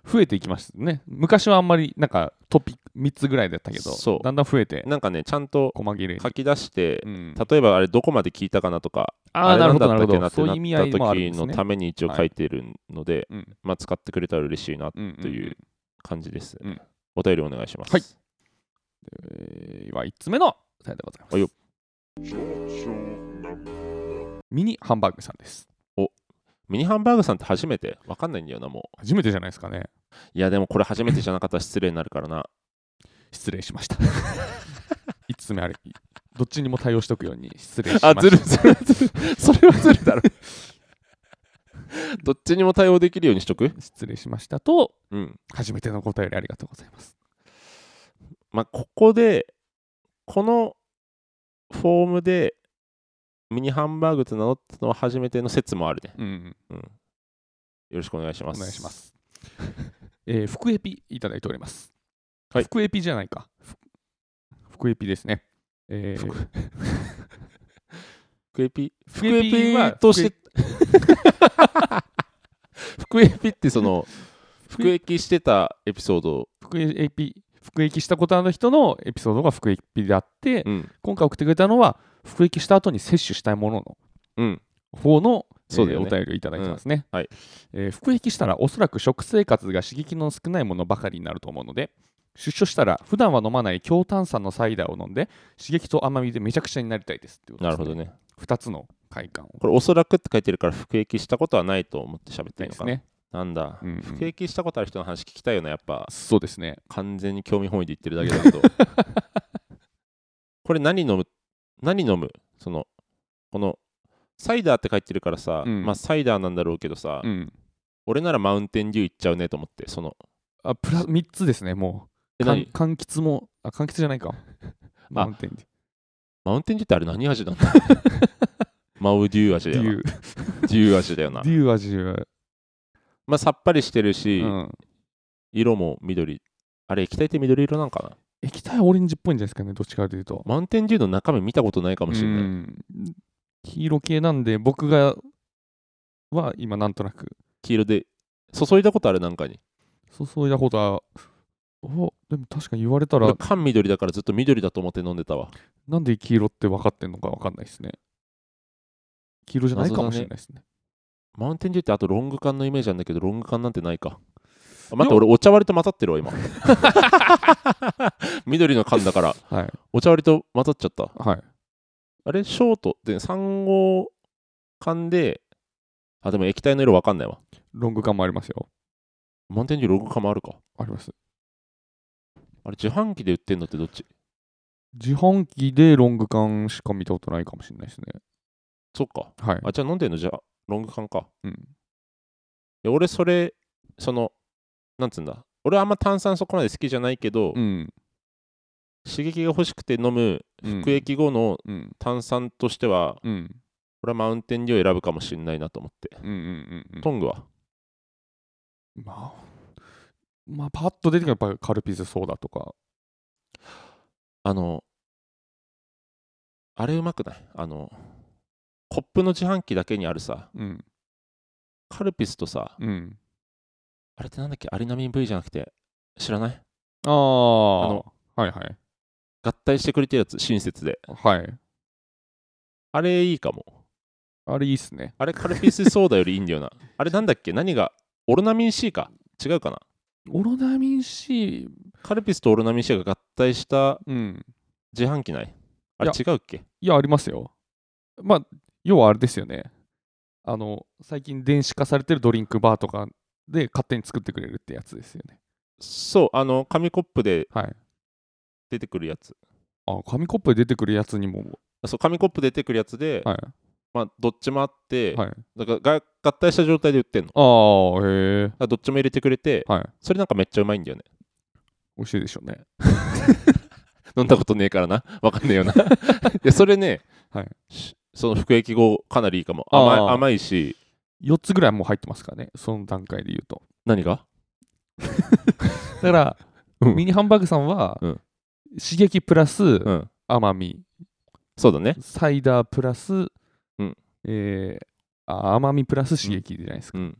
Speaker 1: 増えていきましたね昔はあんまりなんかトピック3つぐらいだったけど
Speaker 2: そう
Speaker 1: だんだん増えて
Speaker 2: なんかね、ちゃんと
Speaker 1: 細切れに
Speaker 2: 書き出して、
Speaker 1: うん
Speaker 2: 例えばあれどこまで聞いたかなとか、
Speaker 1: あ
Speaker 2: あ
Speaker 1: あ
Speaker 2: れ
Speaker 1: なる
Speaker 2: なん
Speaker 1: ほどな
Speaker 2: だった
Speaker 1: るほ
Speaker 2: っけ
Speaker 1: ど
Speaker 2: なって
Speaker 1: そういう
Speaker 2: な
Speaker 1: 意味合
Speaker 2: っ
Speaker 1: い
Speaker 2: た
Speaker 1: もあるん
Speaker 2: 時
Speaker 1: です
Speaker 2: の
Speaker 1: ね
Speaker 2: ために一応書いてるので、
Speaker 1: うん
Speaker 2: まあ使ってくれたら嬉しいな
Speaker 1: うんうんうん
Speaker 2: という感じです。
Speaker 1: うん
Speaker 2: お便りお願いします。
Speaker 1: はいえーは1つ目のお便りでございます。
Speaker 2: はいよ
Speaker 1: ミニハンバーグさんです。
Speaker 2: ミニハンバーグさんって初めてわかんないんだよな、も
Speaker 1: 初めてじゃないですかね。
Speaker 2: う。いや、でもこれ初めてじゃなかったら失礼になるからな。
Speaker 1: 失礼しま した。5つ目あれ、どっちにも対応しとくように失礼しました。
Speaker 2: あ、ずるずるずる。 それはずるだろ。どっちにも対応できるようにしとく
Speaker 1: 失礼しましたと、
Speaker 2: うん。
Speaker 1: 初めてのお便りありがとうございます。
Speaker 2: まあ、ここで、このフォームでミニハンバーグと名乗ったのは初めての説もあるね。
Speaker 1: うん、
Speaker 2: うん。よろしくお願いしま
Speaker 1: お
Speaker 2: す。
Speaker 1: 願いしま。す。 えー、福エピいただいております。
Speaker 2: はい
Speaker 1: 福エピじゃないか。ふ福エピですね。えー、
Speaker 2: 福エピ
Speaker 1: 福
Speaker 2: 福
Speaker 1: エ
Speaker 2: エ
Speaker 1: ピ
Speaker 2: ピ
Speaker 1: は
Speaker 2: として。福エピってその、服役してたエピソード、
Speaker 1: 福エピ、服役したことある人のエピソードが服役であって、
Speaker 2: うん
Speaker 1: 今回送ってくれたのは服役した後に摂取したいものの
Speaker 2: うん
Speaker 1: 方の、
Speaker 2: そうだよね
Speaker 1: えーお便りをいただいてますね、
Speaker 2: うんはい
Speaker 1: えー服役したらおそらく食生活が刺激の少ないものばかりになると思うので出所したら普段は飲まない強炭酸のサイダーを飲んで刺激と甘みでめちゃくちゃになりたいですってこと
Speaker 2: な
Speaker 1: です
Speaker 2: るほどね
Speaker 1: 2つの快感を
Speaker 2: これおそらくって書いてるから服役したことはないと思って喋って
Speaker 1: で
Speaker 2: るの
Speaker 1: す
Speaker 2: かな、
Speaker 1: ね
Speaker 2: なんだ、
Speaker 1: うんうん
Speaker 2: 服役したことある人の話聞きたいよなやっぱ
Speaker 1: そうですね
Speaker 2: 完全に興味本位で言ってるだけだ けどこれ何飲む何飲むそのこのサイダーって書いてるからさ、
Speaker 1: うん
Speaker 2: まあサイダーなんだろうけどさ、
Speaker 1: うん
Speaker 2: 俺ならマウンテンデュー行っちゃうねと思ってその
Speaker 1: あプラ3つですねも
Speaker 2: え
Speaker 1: うかん
Speaker 2: 何
Speaker 1: 柑橘もあ柑橘じゃないか マウンテンデ
Speaker 2: マウンテンデューってあれ何味な んだマウデュー味
Speaker 1: ュ
Speaker 2: だ
Speaker 1: ーデ
Speaker 2: よな
Speaker 1: ュー
Speaker 2: デュー味だよな
Speaker 1: デュー味は、
Speaker 2: まあさっぱりしてる
Speaker 1: う
Speaker 2: し、
Speaker 1: ん、
Speaker 2: 色も緑あれ液体って緑色なんかな
Speaker 1: 液体はオレンジっぽいんじゃないですかねどっちかというと
Speaker 2: マウンテンデューの中身見たことないかもしれない、
Speaker 1: うん黄色系なんで僕がは今なんとなく
Speaker 2: 黄色で注いだことあるなんかに
Speaker 1: 注いだことはおでも確かに言われた
Speaker 2: 俺
Speaker 1: ら
Speaker 2: 缶緑だからずっと緑だと思って飲んでたわ
Speaker 1: なんで黄色って分かってんのか分かんないですね黄色じゃないかもしれないですね
Speaker 2: マウンテンデューってあとロング缶のイメージなんだけどロング缶なんてないかあ待って俺お茶割りと混ざってる わ今緑の缶だから
Speaker 1: はい
Speaker 2: お茶割りと混ざっちゃった
Speaker 1: はい
Speaker 2: あれショートで3号缶であでも液体の色わかんないわ
Speaker 1: ロング感もありますよ
Speaker 2: マウンテンデューロング缶もあるか
Speaker 1: あります
Speaker 2: あれ自販機で売ってんのってどっち
Speaker 1: 自販機でロング缶しか見たことないかもしれないですね
Speaker 2: そっか
Speaker 1: はい
Speaker 2: あじゃあ飲んでんのじゃあロング缶か
Speaker 1: うん
Speaker 2: いや俺それそのなんつうんだ俺あんま炭酸そこまで好きじゃないけど、
Speaker 1: うん
Speaker 2: 刺激が欲しくて飲む
Speaker 1: うん
Speaker 2: 服役後の
Speaker 1: うん
Speaker 2: 炭酸としては、
Speaker 1: うんうん
Speaker 2: 俺はマウンテンデューを選ぶかもしれないなと思って、
Speaker 1: うんうんうん
Speaker 2: トングは
Speaker 1: まあまあパッと出てくるのはやっぱりカルピスソーダとか
Speaker 2: あのあれうまくないあのコップの自販機だけにあるさ
Speaker 1: うん
Speaker 2: カルピスとさ
Speaker 1: うん
Speaker 2: あれってなんだっけアリナミン V じゃなくて知らない
Speaker 1: ああ
Speaker 2: の
Speaker 1: はいはい
Speaker 2: 合体してくれてるやつ親切で
Speaker 1: はい
Speaker 2: あれいいかも
Speaker 1: あれいいっすね
Speaker 2: あれカルピスソーダよりいいんだよなあれなんだっけ何がオロナミン C か違うかな
Speaker 1: オロナミン C
Speaker 2: カルピスとオロナミン C が合体した
Speaker 1: うん
Speaker 2: 自販機ないあれ
Speaker 1: い
Speaker 2: 違うっけ
Speaker 1: いやありますよまあ要はあれですよねあの最近電子化されてるドリンクバーとかで勝手に作ってくれるってやつですよね
Speaker 2: そうあの紙コップで
Speaker 1: はい
Speaker 2: 出てくるやつ
Speaker 1: あ紙コップで出てくるやつにも
Speaker 2: そう紙コップで出てくるやつで、
Speaker 1: は
Speaker 2: まあどっちもあって、
Speaker 1: いはい
Speaker 2: だからが合体した状態で売ってんのだか
Speaker 1: ああへえ
Speaker 2: らどっちも入れてくれて
Speaker 1: はい
Speaker 2: それなんかめっちゃうまいんだよね
Speaker 1: 美味しいでしょうね
Speaker 2: 飲んだことねえからな わかんねえよ ないやそれね、
Speaker 1: はい
Speaker 2: しその服役後かなりいいかも甘い
Speaker 1: あー
Speaker 2: 甘いし
Speaker 1: 4つぐらいもう入ってますからねその段階で言うと
Speaker 2: 何が
Speaker 1: だから、
Speaker 2: うん
Speaker 1: ミニハンバーグさんは、
Speaker 2: うん
Speaker 1: 刺激プラス
Speaker 2: うん
Speaker 1: 甘み、
Speaker 2: そうだね
Speaker 1: サイダープラス、
Speaker 2: うん
Speaker 1: えーあ甘みプラス刺激じゃないですか、
Speaker 2: うん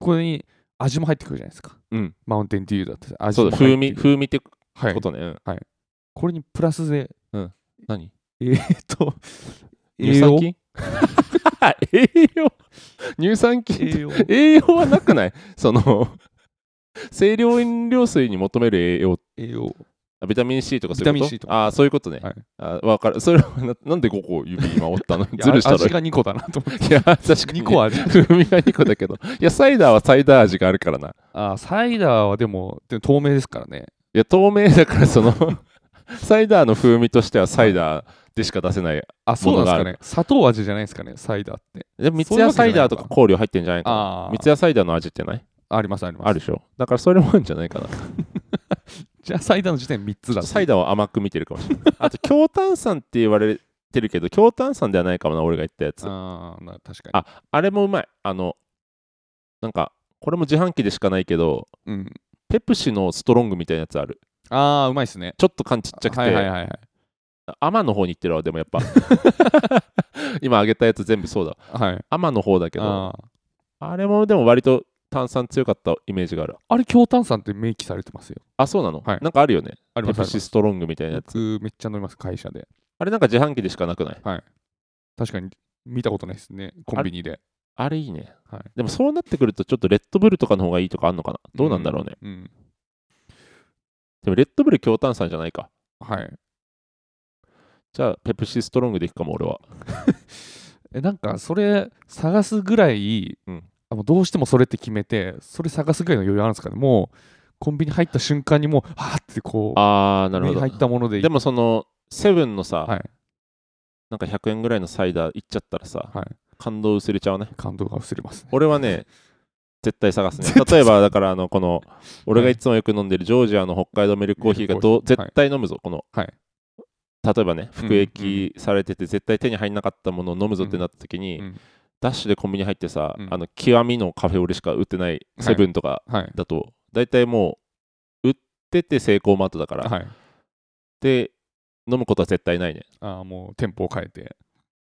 Speaker 1: これに味も入ってくるじゃないですか、
Speaker 2: うん
Speaker 1: マウンテンデューだって味
Speaker 2: そう
Speaker 1: も
Speaker 2: だ
Speaker 1: 入
Speaker 2: 風
Speaker 1: って
Speaker 2: 味
Speaker 1: る
Speaker 2: 風味ってこ
Speaker 1: はい、
Speaker 2: とね、うん
Speaker 1: これにプラスで
Speaker 2: 何
Speaker 1: えっ と
Speaker 2: 乳酸菌 栄養乳酸菌って
Speaker 1: 栄 養
Speaker 2: 栄養はなくないその清涼飲料水に求める栄養
Speaker 1: 栄養
Speaker 2: あビタミン C とかそういう
Speaker 1: ビタ
Speaker 2: こ
Speaker 1: ミン C と
Speaker 2: とああーそういうことね、
Speaker 1: はい
Speaker 2: あーわかるそれはななんでここ指今折ったの
Speaker 1: いや
Speaker 2: ずるした
Speaker 1: 味
Speaker 2: ら
Speaker 1: が2個だなと思って
Speaker 2: いや確かに、
Speaker 1: 2個味
Speaker 2: 風味が2個だけどいやサイダーはサイダー味があるからない
Speaker 1: あーサイダーはでもでも透明ですからね
Speaker 2: や透明だからそのサイダーの風味としてはサイダーでしか出せない
Speaker 1: あそうなんです
Speaker 2: もの
Speaker 1: か
Speaker 2: があ
Speaker 1: ね砂糖味じゃないですかねサイダーって
Speaker 2: でも三ツ矢サイダーとか香料入ってんじゃないかな
Speaker 1: あ
Speaker 2: 三ツ矢サイダーの味ってない
Speaker 1: あありますあります
Speaker 2: あるでしょだからそれもあるんじゃないかな
Speaker 1: じゃあサイダーの時点3つだ
Speaker 2: サイダーを甘く見てるかもしれない。 あと、強炭酸って言われてるけど、強炭酸ではないかもな、俺が言ったやつ。あ
Speaker 1: あーまあ確かに
Speaker 2: あれもうまい。あの、なんか、これも自販機でしかないけど、
Speaker 1: うん、
Speaker 2: ペプシのストロングみたいなやつある。
Speaker 1: ああうまいっすね
Speaker 2: ちょっと缶ちっちゃくて、
Speaker 1: はいはいはいはい
Speaker 2: 甘の方に行ってるわ、でも やっぱ。今あげたやつ全部そうだ。
Speaker 1: はい
Speaker 2: 甘の方だけど、あ
Speaker 1: あ
Speaker 2: れもでも割と炭酸強かったイメージがある。
Speaker 1: あれ強炭酸って明記されてますよ
Speaker 2: あ、そうなの、
Speaker 1: はい
Speaker 2: なんかあるよね。
Speaker 1: あります
Speaker 2: ペ
Speaker 1: あ
Speaker 2: プ
Speaker 1: りま
Speaker 2: シス
Speaker 1: す
Speaker 2: トロングみたいなやつ。
Speaker 1: 僕めっちゃ飲みます会社で
Speaker 2: あれなんか自販機でしかなくない
Speaker 1: はい確かに見たことないですねコンビニで
Speaker 2: あれいいね。
Speaker 1: はい
Speaker 2: でもそうなってくると、ちょっとレッドブルとかの方がいいとかあるのかなどうなんだろうね。
Speaker 1: うん、うん
Speaker 2: でもレッドブル強炭酸じゃないか。
Speaker 1: はい
Speaker 2: じゃあ、ペプシストロングでいくかも、俺は。
Speaker 1: えなんかそれ探すぐらい、
Speaker 2: うん
Speaker 1: あもうどうしてもそれって決めてそれ探すぐらいの余裕あるんですかねもうコンビニ入った瞬間にもうあーってこう
Speaker 2: あー、なる
Speaker 1: 目
Speaker 2: ほ
Speaker 1: に
Speaker 2: ど
Speaker 1: 入。ったもので
Speaker 2: でもその、セブンのさ、
Speaker 1: はい
Speaker 2: なんか100円ぐらいのサイダーいっちゃったらさ、
Speaker 1: はい
Speaker 2: 感動薄れちゃうね。
Speaker 1: 感動が薄れますね
Speaker 2: 俺はね、絶対探すね
Speaker 1: 絶。対
Speaker 2: 例えば、だから、あの、この、俺がいつもよく飲んでるジョージアの北海道ミルクコーヒーがど
Speaker 1: ミル
Speaker 2: う、
Speaker 1: クコーヒー
Speaker 2: 絶対飲むぞ、この。
Speaker 1: はい
Speaker 2: 例えばね、
Speaker 1: うん
Speaker 2: 服役されてて、絶対手に入んなかったものを飲むぞってなった時に、
Speaker 1: うん
Speaker 2: ダッシュでコンビニ入ってさ、
Speaker 1: うん
Speaker 2: あの、極みのカフェオレしか売ってない、セブンとか
Speaker 1: はい
Speaker 2: だと、大体もう、売っててセイコーマートだから、
Speaker 1: はい
Speaker 2: で、飲むことは絶対ないね。
Speaker 1: あーもう店舗を変えて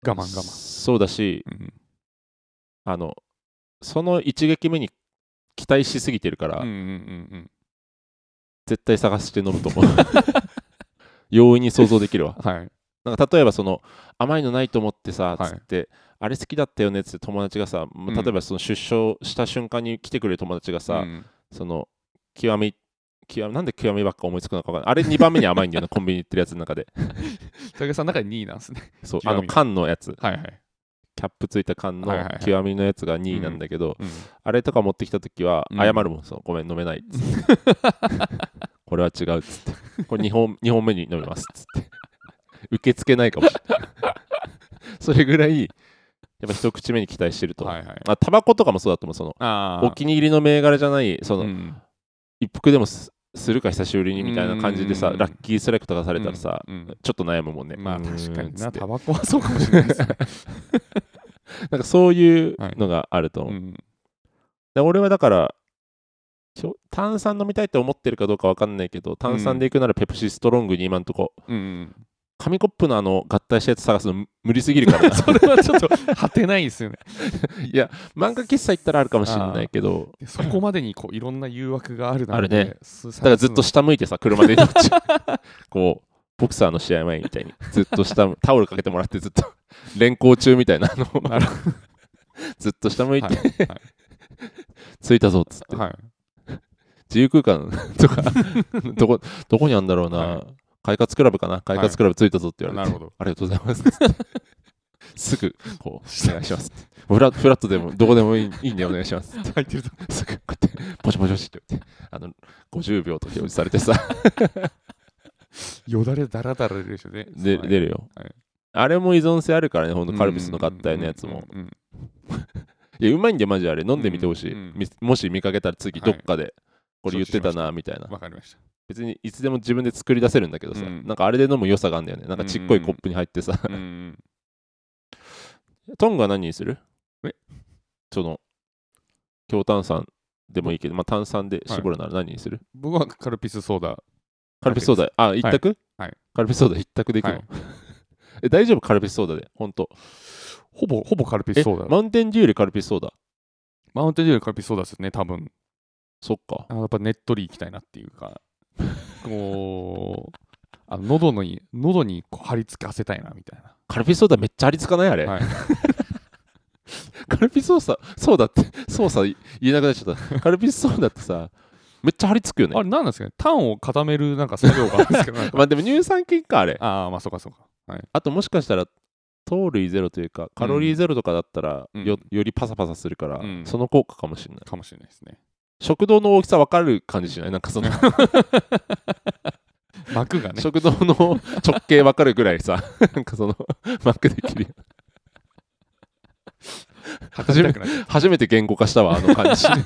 Speaker 1: 我慢我慢、
Speaker 2: そうだし、
Speaker 1: うん
Speaker 2: あの、その一撃目に期待しすぎてるから、
Speaker 1: うんうんうん
Speaker 2: 絶対探して飲むと思う 容易に想像できるわ
Speaker 1: うん はい
Speaker 2: なんか例えばその甘いのないと思ってさ
Speaker 1: はい
Speaker 2: つって、あれ好きだったよねっつって友達がさ、まあ
Speaker 1: うん
Speaker 2: 例えばその出所した瞬間に来てくれる友達がさ、
Speaker 1: うん
Speaker 2: その極み極みなんで極みばっか思いつくのか分かんないあれ2番目に甘いんだよなコンビニ行ってるやつの中で
Speaker 1: 武井さんの中で2位なんですね
Speaker 2: そう
Speaker 1: 極
Speaker 2: あ
Speaker 1: み
Speaker 2: の缶のやつ
Speaker 1: はいはい、
Speaker 2: キャップついた缶の
Speaker 1: はいはいはい
Speaker 2: 極みのやつが2位なんだけど、
Speaker 1: うん
Speaker 2: あれとか持ってきた時は
Speaker 1: うん
Speaker 2: 謝るもん、そのごめん飲めないっつって これは違うっつってこれ2本 ,2 本目に飲みますっつって受け付けないかもしれないそれぐらいやっぱ一口目に期待してると、
Speaker 1: はいはい
Speaker 2: あタバコとかもそうだと思うその
Speaker 1: あ
Speaker 2: お気に入りの銘柄じゃないその、
Speaker 1: に
Speaker 2: 一服でもすするか久しぶりにみたいな感じでさ、
Speaker 1: うん
Speaker 2: ラッキーストライクとかされたらさ、
Speaker 1: うんうん
Speaker 2: ちょっと悩むもんね
Speaker 1: まあ
Speaker 2: うー
Speaker 1: 確
Speaker 2: ん
Speaker 1: かに
Speaker 2: つ
Speaker 1: な
Speaker 2: って
Speaker 1: タバコはそうかもしれないです ね、
Speaker 2: なんかそういうのがあると思う、
Speaker 1: うん
Speaker 2: で俺はだからちょ炭酸飲みたいって思ってるかどうかわかんないけど炭酸で行くならペプシストロングに今んとこ
Speaker 1: うんうん
Speaker 2: 紙コップのあの合体したやつ探すの無理すぎるから な
Speaker 1: それ はちょっと果てないですよね。
Speaker 2: いや漫画喫茶行ったらあるかもしれないけ ど
Speaker 1: でそこまでにこういろんな誘惑がある
Speaker 2: あ
Speaker 1: な
Speaker 2: る
Speaker 1: ん
Speaker 2: ね
Speaker 1: で、だ
Speaker 2: だからずっと下向いてさ車で移動中こうボクサーの試合前みたいにずっと下タオルかけてもらってずっと 連行中みたいなあの
Speaker 1: なる
Speaker 2: ずっと下向い
Speaker 1: は
Speaker 2: て、
Speaker 1: いは
Speaker 2: 着いたぞっつって、
Speaker 1: はい、
Speaker 2: 自由空間 とかどこどこにあるんだろうな、
Speaker 1: は
Speaker 2: 快活クラブかな快活クラブ着いたぞって言われて、
Speaker 1: なるほど。
Speaker 2: ありがとうございます。 すぐ、こう、お願いします。フラフラットでも、どこでもいいいいんでお願いします。
Speaker 1: 入ってると。
Speaker 2: すぐ、こうやって、ポチポチポチって言って、あの、50秒と表示されて さ、
Speaker 1: よだれだらだら出るでしょね。
Speaker 2: で
Speaker 1: はい
Speaker 2: 出るよ
Speaker 1: はい。
Speaker 2: あれも依存性あるからね、ほんと、カルピスの合体のやつも。。
Speaker 1: うんうんうん
Speaker 2: いや、うまいんで、マジであれ、飲んでみてほしい。
Speaker 1: うんうんうん
Speaker 2: みもし見かけたら次、
Speaker 1: は
Speaker 2: ど
Speaker 1: い
Speaker 2: っかで、これ言ってたな、みたいな
Speaker 1: うん。わかりました。
Speaker 2: 別に、いつでも自分で作り出せるんだけどさ、
Speaker 1: うん
Speaker 2: なんかあれで飲む良さがあるんだよね。なんかちっこいコップに入ってさ、
Speaker 1: うんうん
Speaker 2: トングは何にする
Speaker 1: え
Speaker 2: その強炭酸でもいいけど、まあ、炭酸で絞るなら何にする、
Speaker 1: 僕はカルピスソーダ。
Speaker 2: カルピスソーダあ一択、
Speaker 1: はい
Speaker 2: カルピスソーダ一択でいくの、
Speaker 1: はい
Speaker 2: え大丈夫カルピスソーダで本当
Speaker 1: ほぼ、ほぼカルピス
Speaker 2: え
Speaker 1: ソーダ。
Speaker 2: マウンテンデューよりカルピスソーダ
Speaker 1: マウンテンデューよりカルピスソーダですね、多分。
Speaker 2: そっか
Speaker 1: あやっぱねっとりいきたいなっていう か、こう、あの喉のに、喉にこう張り付かせたいなみたいな。
Speaker 2: カルピスソーダめっちゃありつかないあれ、
Speaker 1: はい
Speaker 2: カルピスソーダそうだってそうさ言えなくなっちゃっ たカルピスソーダってさめっちゃ張り付くよ
Speaker 1: あ
Speaker 2: ね
Speaker 1: れ何なんですかねタンを固めるなんか作業があるんですけど、なんか
Speaker 2: まあでも乳酸菌かあれ
Speaker 1: ああ、まあそうかそうか。はい。
Speaker 2: あともしかしたら糖類ゼロというかカロリーゼロとかだったら
Speaker 1: うん
Speaker 2: よ,、よりパサパサするから、
Speaker 1: うん
Speaker 2: その効果かもしれない
Speaker 1: かもしれないです ね。
Speaker 2: 食堂の大きさ分かる感じしないなんかその
Speaker 1: 膜がね。
Speaker 2: 食堂の直径分かるぐらいさ なんかそのマックできる
Speaker 1: 測りたくなっちゃう
Speaker 2: 初めて言語化したわあの感じ あの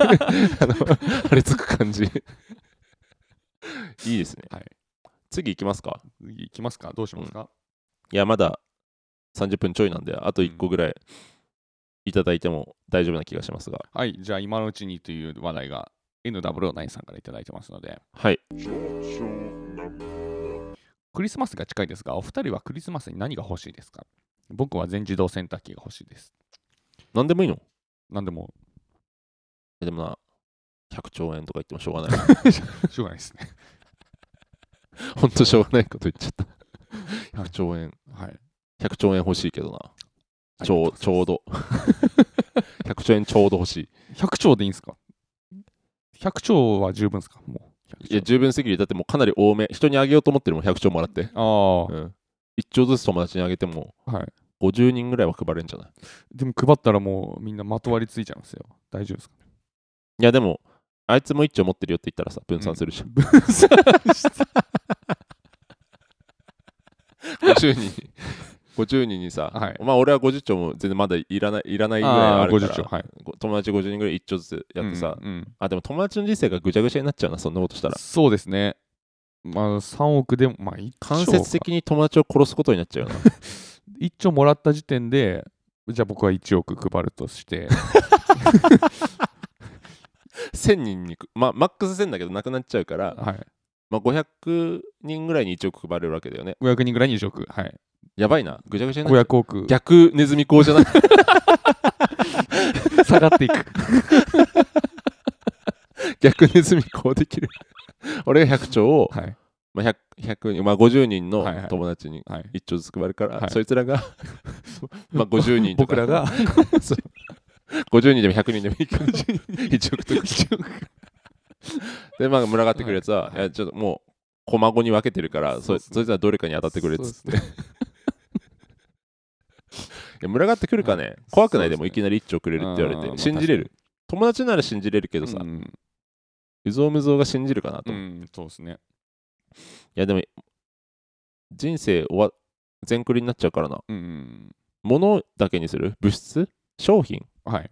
Speaker 2: 張り付く感じいいですね、
Speaker 1: はい
Speaker 2: 次行きますか
Speaker 1: 次行きますかどうしますか、
Speaker 2: いやまだ30分ちょいなんであと1個ぐらいいただいても大丈夫な気がしますが
Speaker 1: はい。じゃあ、今のうちにという話題が N009 さんからいただいてますので、
Speaker 2: はい
Speaker 1: クリスマスが近いですが、お二人はクリスマスに何が欲しいですか僕は全自動洗濯機が欲しいです。
Speaker 2: 何でもいいの
Speaker 1: なんでも、
Speaker 2: でもな100兆円とか言ってもしょうがない。
Speaker 1: しょうがないです ね。
Speaker 2: ほんとしょうがないこと言っちゃった。
Speaker 1: はい
Speaker 2: 100兆円。
Speaker 1: はい。
Speaker 2: 100兆円欲しいけどな。ち
Speaker 1: あり
Speaker 2: ょ
Speaker 1: が
Speaker 2: う
Speaker 1: と
Speaker 2: ちょう
Speaker 1: ござい
Speaker 2: ど。100兆円ちょうど欲しい。
Speaker 1: ます。100兆でいいんですか ?100 兆は十分ですかもう。
Speaker 2: いや、十分すぎる。だってもうかなり多め。人にあげようと思ってるもん、100兆もらって。
Speaker 1: ああ、
Speaker 2: うん。1兆ずつ友達にあげても、
Speaker 1: はい。
Speaker 2: 50人ぐらいは配れるんじゃない
Speaker 1: でも配ったらもうみんなまとわりついちゃうんですよ。大丈夫ですか
Speaker 2: いや、でも、あいつも1兆持ってるよって言ったらさ、分散するじゃん。
Speaker 1: 分散した。
Speaker 2: 50人。50人にさ、
Speaker 1: はい
Speaker 2: まあ俺は50兆も全然まだいらないいらないぐらい
Speaker 1: あ
Speaker 2: あ
Speaker 1: あ、
Speaker 2: るから
Speaker 1: 50兆。はい。
Speaker 2: 友達50人ぐらい1兆ずつやってさ、
Speaker 1: うんうん
Speaker 2: あでも友達の人生がぐちゃぐちゃになっちゃうなそんなことしたら
Speaker 1: そうですね。まあ3億でも、まあ1兆か
Speaker 2: 間接的に友達を殺すことになっちゃうよ な
Speaker 1: 1兆もらった時点で、じゃあ僕は1億配ると して、
Speaker 2: 1000人にまあマックス1000だけどなくなっちゃうから、
Speaker 1: はい、
Speaker 2: まあ、500人ぐらいに1億配れるわけだよね
Speaker 1: 500人ぐらいに1億、 はい、
Speaker 2: やばいなぐちゃぐちゃになっちゃう
Speaker 1: 500億
Speaker 2: 逆ネズミ講じゃない
Speaker 1: 下がっていく。
Speaker 2: 逆ネズミ講できる 俺が100兆を、
Speaker 1: はい、
Speaker 2: まあ、100, 100人、まあ、50人の
Speaker 1: はいはい
Speaker 2: 友達に
Speaker 1: はい、
Speaker 2: 1兆ずつ配るから、
Speaker 1: はい
Speaker 2: そいつらが まあ50人とか
Speaker 1: 僕らが
Speaker 2: 50人でも100人でもいいから1億とかでまあ群がってくるやつは、
Speaker 1: はい
Speaker 2: い、やちょっともう小孫に分けてるから
Speaker 1: そう
Speaker 2: そ,、
Speaker 1: っすね
Speaker 2: そいつはどれかに当たってくれっつって、
Speaker 1: そうで
Speaker 2: いや群がってくるかね、怖くないでも
Speaker 1: そうっ
Speaker 2: い
Speaker 1: すね
Speaker 2: きなり1兆くれるって言わ
Speaker 1: あー
Speaker 2: れ
Speaker 1: まあ
Speaker 2: て信じれる友達なら信じれるけどさ、
Speaker 1: う
Speaker 2: うんぞうむぞうが信じるかなと、
Speaker 1: う
Speaker 2: い
Speaker 1: ん、そうですね。
Speaker 2: やでも人生終わ全クリになっちゃうからな
Speaker 1: うん、
Speaker 2: 物だけにする物質商品
Speaker 1: はい。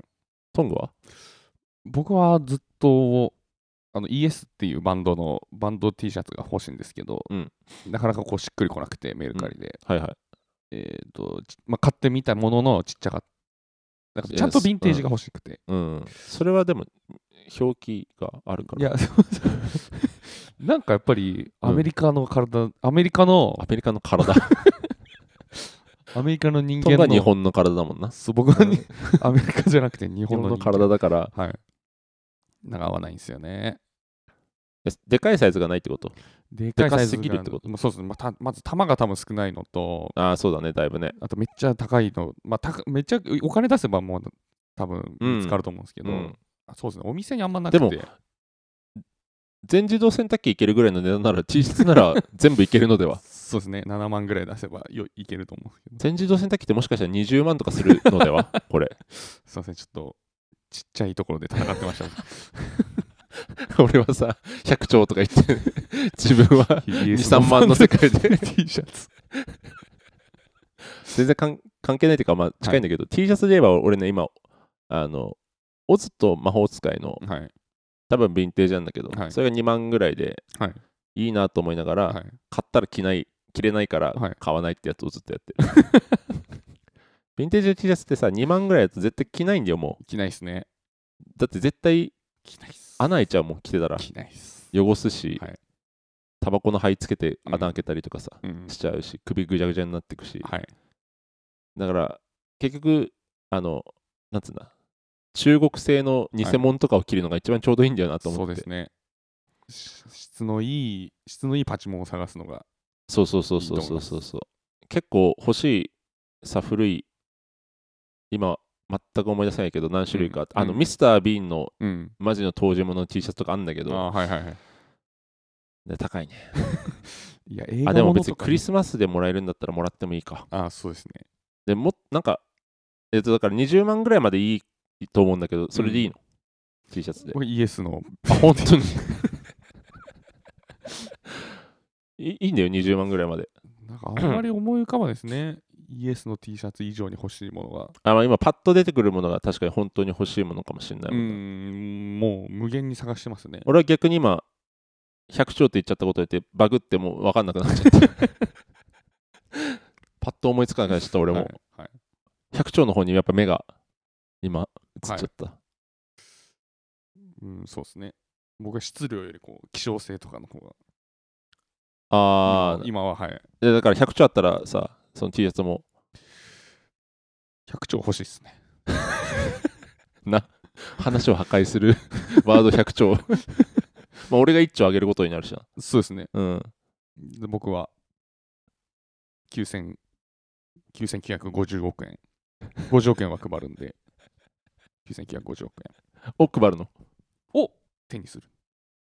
Speaker 2: トングは
Speaker 1: 僕はずっとあの ES っていうバンドのバンド T シャツが欲しいんですけど、
Speaker 2: うん
Speaker 1: なかなかこうしっくりこなくてメルカリで、
Speaker 2: はいはい
Speaker 1: えーとちまあ、買ってみたもののちっちゃかったなんかちゃんとヴィンテージが欲しくて、
Speaker 2: うんそれはでも表記があるか
Speaker 1: い
Speaker 2: ら
Speaker 1: や なんかやっぱりアメリカの体、アメリカの
Speaker 2: アメリカ の体
Speaker 1: アメリカの人
Speaker 2: トング
Speaker 1: 間
Speaker 2: は
Speaker 1: の
Speaker 2: 日本の体だもんな
Speaker 1: そう僕はにアメリカじゃなくて日
Speaker 2: 日
Speaker 1: 本の
Speaker 2: 本の
Speaker 1: 人間
Speaker 2: 体だから
Speaker 1: はいなんか合わないんですよね
Speaker 2: えでかいサイズがないってこと
Speaker 1: でかいサイズ
Speaker 2: でかすぎるってこと
Speaker 1: とそうですねまあたまず玉が多分少ないのと
Speaker 2: ああそうだねだいぶね
Speaker 1: あとめっちゃ高いの、まあ、たかめっちゃお金出せばもう多分
Speaker 2: うん
Speaker 1: 見つかると思うんですけど、
Speaker 2: うん
Speaker 1: あそうですね、お店にあんまなくて。
Speaker 2: でも全自動洗濯機いけるぐらいの値段なら T シャツなら全部いけるのでは
Speaker 1: そうですね、7万ぐらい出せばよいけると思うんですけど、
Speaker 2: 全自動洗濯機ってもしかしたら20万とかするので はこれ
Speaker 1: すいません、ちょっとちっちゃいところで戦ってま したね。
Speaker 2: 俺はさ100兆とか言って 自分は23
Speaker 1: 23
Speaker 2: 万の世界で
Speaker 1: T シャツ。
Speaker 2: 全然かん関係ないというかまあ近いんだけど、T シャツで言えば俺ね今あのオズと魔法使いの
Speaker 1: はい。
Speaker 2: 多分ヴィンテージなんだけど、
Speaker 1: はい
Speaker 2: それが2万ぐらいで、
Speaker 1: はい
Speaker 2: いなと思いながら、
Speaker 1: はい、
Speaker 2: 買ったら着ない着れないから
Speaker 1: はい
Speaker 2: 買わないってやつをずっとやって る、ヴィンテージの T シャツってさ2万ぐらいやつ絶対着ないんだよも
Speaker 1: 着ないっすね。
Speaker 2: うだって絶対
Speaker 1: 着ないっす。
Speaker 2: 穴開いちゃうもん着てたら
Speaker 1: 着ないっす。
Speaker 2: 汚すし、
Speaker 1: はい
Speaker 2: タバコの灰つけて
Speaker 1: うん
Speaker 2: 穴開けたりとかさ、
Speaker 1: うん
Speaker 2: しちゃうし首ぐちゃぐちゃになってくし
Speaker 1: はい。
Speaker 2: だから結局あのなんつうんだ中国製の偽物とかを着るのが一番ちょうどいいんだよなと
Speaker 1: そう
Speaker 2: 思って、
Speaker 1: ですね。し質のいい、質のいいパチモンを探すのが。
Speaker 2: そうそうそうそうそうそうそう結構欲しいさ古い今全く思い出せないけど何種類かあって、
Speaker 1: うん
Speaker 2: あの、
Speaker 1: うん
Speaker 2: ミスター・ビーンの
Speaker 1: うん。
Speaker 2: マジの当時物の T シャツとかあるんだけ
Speaker 1: あ
Speaker 2: ど
Speaker 1: ーはいはいはい。
Speaker 2: で高いね
Speaker 1: いや、映
Speaker 2: あ
Speaker 1: 画
Speaker 2: でも
Speaker 1: もの
Speaker 2: 別に
Speaker 1: とか
Speaker 2: クリスマスでもらえるんだったらもらってもいいか
Speaker 1: あー、そうですね。
Speaker 2: でもなんかえっとだから20万ぐらいまでいいと思うんだけどそれでいいの、T シャツで
Speaker 1: 僕、イエスの。
Speaker 2: あ本当に いいいんだよ20万ぐらいまで
Speaker 1: なんかあんまり思い浮かばないですね。イエスの T シャツ以上に欲しいものが。
Speaker 2: あ、まあ、今パッと出てくるものが確かに本当に欲しいものかもしれないうもんな、
Speaker 1: ん、もう無限に探してますね。
Speaker 2: 俺は逆に今100兆って言っちゃったことでバグってもう分かんなくなっちゃ ったパッと思いつかなくなっちゃった俺も、
Speaker 1: はい、はい
Speaker 2: 100兆の方にやっぱ目が今映っちゃった、
Speaker 1: うん、そうですね。僕は質量よりこう希少性とかの方が。
Speaker 2: あ
Speaker 1: 今今ははい。
Speaker 2: あだから100兆あったらさその T シャツも
Speaker 1: 100兆欲しいですね。
Speaker 2: な話を破壊する ワード100兆 まあ俺が1兆上げることになるしな
Speaker 1: そうですね。
Speaker 2: うん
Speaker 1: で僕は9000 9950億円。50億円は配るんで、9950億円
Speaker 2: を配るの
Speaker 1: を手にする。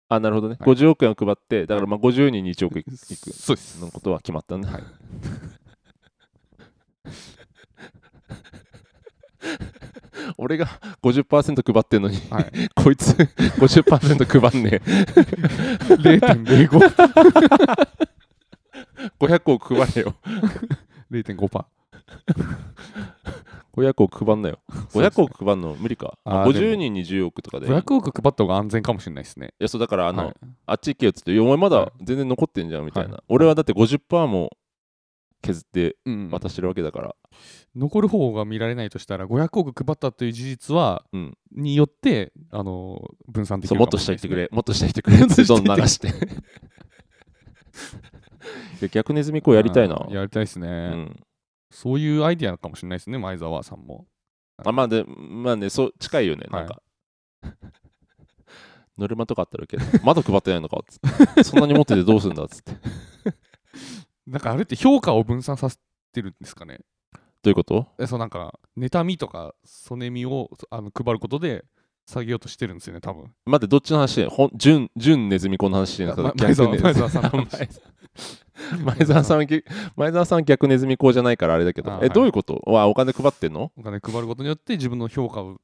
Speaker 2: あなるほどね、
Speaker 1: はい
Speaker 2: 50億円を配ってだからまあ50人に1億いく
Speaker 1: そうです。
Speaker 2: のことは決まったんだ、
Speaker 1: はい
Speaker 2: 俺が50%配ってんのに、
Speaker 1: はい
Speaker 2: こいつ50%配んねえ
Speaker 1: 0.05%。
Speaker 2: 500億配れよ
Speaker 1: 0.5%。
Speaker 2: 500億配んなよ500億配んの無理か、まあ
Speaker 1: あーでも
Speaker 2: 50人に10億とかでい
Speaker 1: 500億配った方が安全かもしれないですね。
Speaker 2: やそうだからあの、
Speaker 1: はい
Speaker 2: あっち行けよっつっていやお前ま
Speaker 1: は
Speaker 2: だ
Speaker 1: い
Speaker 2: 全然残ってんじゃんみたいな、
Speaker 1: は
Speaker 2: 俺はだって50%も削って
Speaker 1: うん
Speaker 2: 渡してるわけだから、
Speaker 1: 残る方が見られないとしたら500億配ったという事実は、
Speaker 2: うん
Speaker 1: によってあの分散でき
Speaker 2: そう
Speaker 1: る
Speaker 2: もっ
Speaker 1: か
Speaker 2: と
Speaker 1: し
Speaker 2: 下
Speaker 1: れないですね
Speaker 2: 行ってくれもっと下行ってくれってどんどん流して いや逆ネズミこうやりたいな
Speaker 1: あーやりたいですね、
Speaker 2: うん
Speaker 1: そういうアイディアかもしれないですね前澤さんも
Speaker 2: あまあでまあねそう近いよねなんか、 ノルマとかあったらけど窓配ってないのかっつって そんなに持っててどうすんだっつってど
Speaker 1: なんかあれって評価を分散させてるんですかね
Speaker 2: ういうこと
Speaker 1: えそうなんか妬みとかそねみをあの配ることで下げようとしてるんですよね多分
Speaker 2: 待ってどっちの話してんほん純純ネズミこの話してんのか
Speaker 1: ま前澤
Speaker 2: 逆ネズミ
Speaker 1: 前澤さんの 話
Speaker 2: 前澤さんはぎ前澤さんは逆ネズミ講じゃないからあれだけど
Speaker 1: あ
Speaker 2: え
Speaker 1: はい
Speaker 2: どういうことわお金配ってんの
Speaker 1: お金配ることによって自分の評価を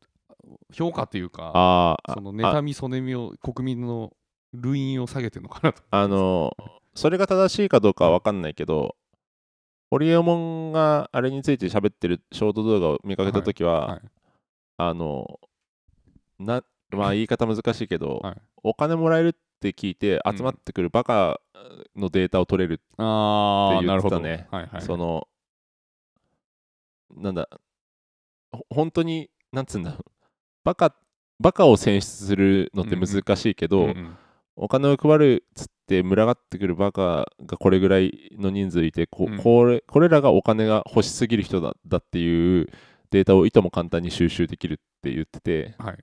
Speaker 1: 評価というか
Speaker 2: あーあ
Speaker 1: その妬みそねみを国民の類員を下げてるのかなと
Speaker 2: あのそれが正しいかどうかは分かんないけどホリエモンがあれについて喋ってるショート動画を見かけた時は、
Speaker 1: はいはい
Speaker 2: あのな まあ言い方難しいけど、
Speaker 1: はい
Speaker 2: お金もらえるって聞いて集まってくるバカのデータを取れる、
Speaker 1: あ
Speaker 2: って
Speaker 1: あ
Speaker 2: 言
Speaker 1: な
Speaker 2: っ
Speaker 1: る
Speaker 2: て
Speaker 1: ほ
Speaker 2: た
Speaker 1: ど
Speaker 2: ね
Speaker 1: はいはい
Speaker 2: そのなんだほ本当になんつうんだろうバカバカを選出するのって難しいけど、
Speaker 1: うんうん
Speaker 2: お金を配るっつって群がってくるバカがこれぐらいの人数いてこ,、
Speaker 1: うん
Speaker 2: これこれらがお金が欲しすぎる人だだっていうデータをいとも簡単に収集できるって言ってて
Speaker 1: はい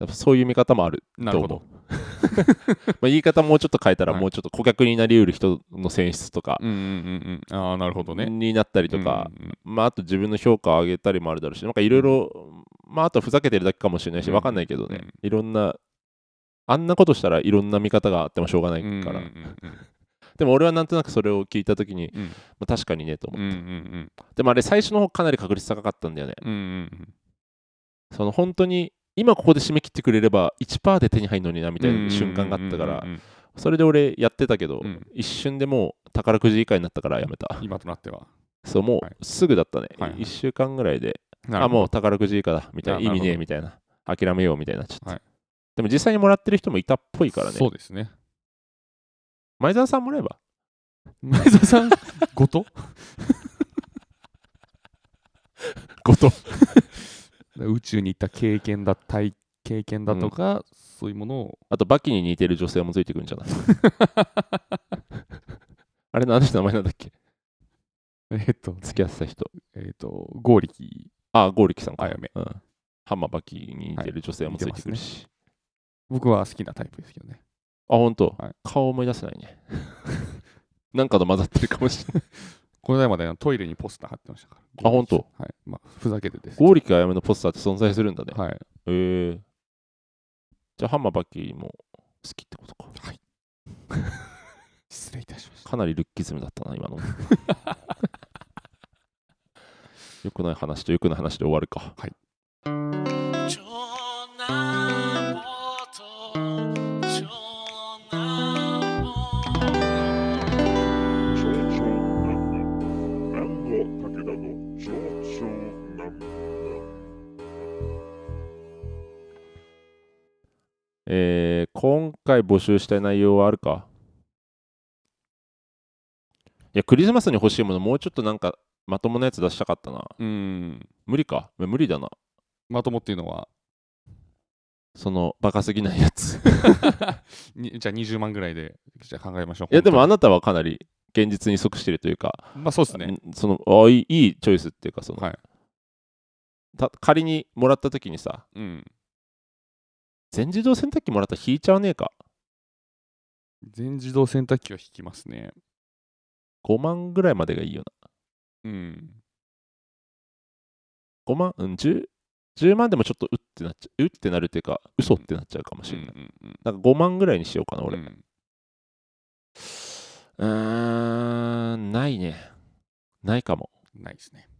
Speaker 2: やっぱそういう見方もある
Speaker 1: な
Speaker 2: と
Speaker 1: る
Speaker 2: 思
Speaker 1: ほ
Speaker 2: う
Speaker 1: ど
Speaker 2: まあ言い方もうちょっと変えたら
Speaker 1: はい
Speaker 2: もうちょっと顧客になりうる人の選出とか
Speaker 1: うんうんうんうんああなるほどね
Speaker 2: になったりとか、
Speaker 1: うんうん
Speaker 2: まあ、あと自分の評価を上げたりもあるだろうしなんかいろいろまああとふざけてるだけかもしれないし
Speaker 1: うん
Speaker 2: わかんないけどね、
Speaker 1: うん
Speaker 2: いろんなあんなことしたらいろんな見方があってもしょうがな
Speaker 1: う
Speaker 2: い
Speaker 1: ん
Speaker 2: から、
Speaker 1: うんうんうん
Speaker 2: でも俺はなんとなくそれを聞いた時に、
Speaker 1: うん
Speaker 2: まあ、確かにねと思
Speaker 1: うん
Speaker 2: って、
Speaker 1: うん
Speaker 2: でもあれ最初の方かなり確率高かったんだよね
Speaker 1: うんうんうん
Speaker 2: その本当に今ここで締め切ってくれれば1%で手に入るのになみ
Speaker 1: み
Speaker 2: たいな瞬間があったから
Speaker 1: うんうん
Speaker 2: それで俺やってたけど、
Speaker 1: うんうん
Speaker 2: 一瞬でもう宝くじ以下になったからやめた
Speaker 1: 今となっては
Speaker 2: そうも
Speaker 1: はいう
Speaker 2: すぐだったね、
Speaker 1: はいはい
Speaker 2: 1週間ぐらいで
Speaker 1: なる
Speaker 2: あ
Speaker 1: ほ
Speaker 2: もう宝くじ以下だみたいな
Speaker 1: あ
Speaker 2: 意
Speaker 1: な
Speaker 2: 味ね
Speaker 1: るほ
Speaker 2: え
Speaker 1: ど
Speaker 2: みたいな諦めようみたいになっちゃって、
Speaker 1: はい
Speaker 2: でも実際にもらってる人もいたっぽ
Speaker 1: ど
Speaker 2: いからね
Speaker 1: そうです ね
Speaker 2: 前澤さんもらえば
Speaker 1: 前澤さんごと
Speaker 2: ごと
Speaker 1: 宇宙に行った経験だ体経験だとかそういうものを
Speaker 2: あとバキに似てる女性もついてくるんじゃない あれのあの人の名前なんだっけ
Speaker 1: えーっと
Speaker 2: 付き合ってた人
Speaker 1: えーっと剛力
Speaker 2: あ剛力さんか
Speaker 1: あやめ
Speaker 2: うんハンマーバキに似てる女性もついてくるし、
Speaker 1: 僕は好きなタイプですけどね
Speaker 2: あ本当、
Speaker 1: はい
Speaker 2: 顔思い出せないね なんかと混ざってるかもしれない
Speaker 1: この前まであのトイレにポスター貼ってましたから
Speaker 2: あ本当
Speaker 1: はいまあふざけてですけど
Speaker 2: 剛力あやめのポスターって存在するんだね
Speaker 1: はい
Speaker 2: へえじゃあハンマーバキも好きってことか
Speaker 1: 失礼いたしました
Speaker 2: かなりルッキズムだったな今の よくない話とよくない話で終わるか
Speaker 3: ちょうなことちょうなこと
Speaker 4: 超超南部南郷武田の超超南部
Speaker 2: えー今回募集したい内容はあるかいやクリスマスに欲しいものもうちょっとなんかまともなやつ出したかったな
Speaker 1: うん
Speaker 2: 無理かいや無理だな
Speaker 1: まともっていうのは
Speaker 2: そのバカすぎない やつい
Speaker 1: にじゃあ20万ぐらいでじゃあ考えましょう
Speaker 2: やでもあ
Speaker 1: 本
Speaker 2: なたはかなり現実に即してるというか、
Speaker 1: 当にまあそうですね
Speaker 2: んそのあいいいいチョイスっていうかその、
Speaker 1: はい
Speaker 2: た仮にもらった時にさ
Speaker 1: うん
Speaker 2: 全自動洗濯機もらったら引いちゃわねえか。
Speaker 1: 全自動洗濯機は引きますね。
Speaker 2: 5万ぐらいまでがいいよ
Speaker 1: うん。
Speaker 2: な。5万、うん、10、10万でもちょっとうってなっちゃう。うってなるっていうか、嘘ってなっちゃうかもしれない。
Speaker 1: うんうんうん
Speaker 2: なんか5万ぐらいにしようかな、俺。
Speaker 1: う
Speaker 2: うんーん、ないね。ないかも。
Speaker 1: ないですね。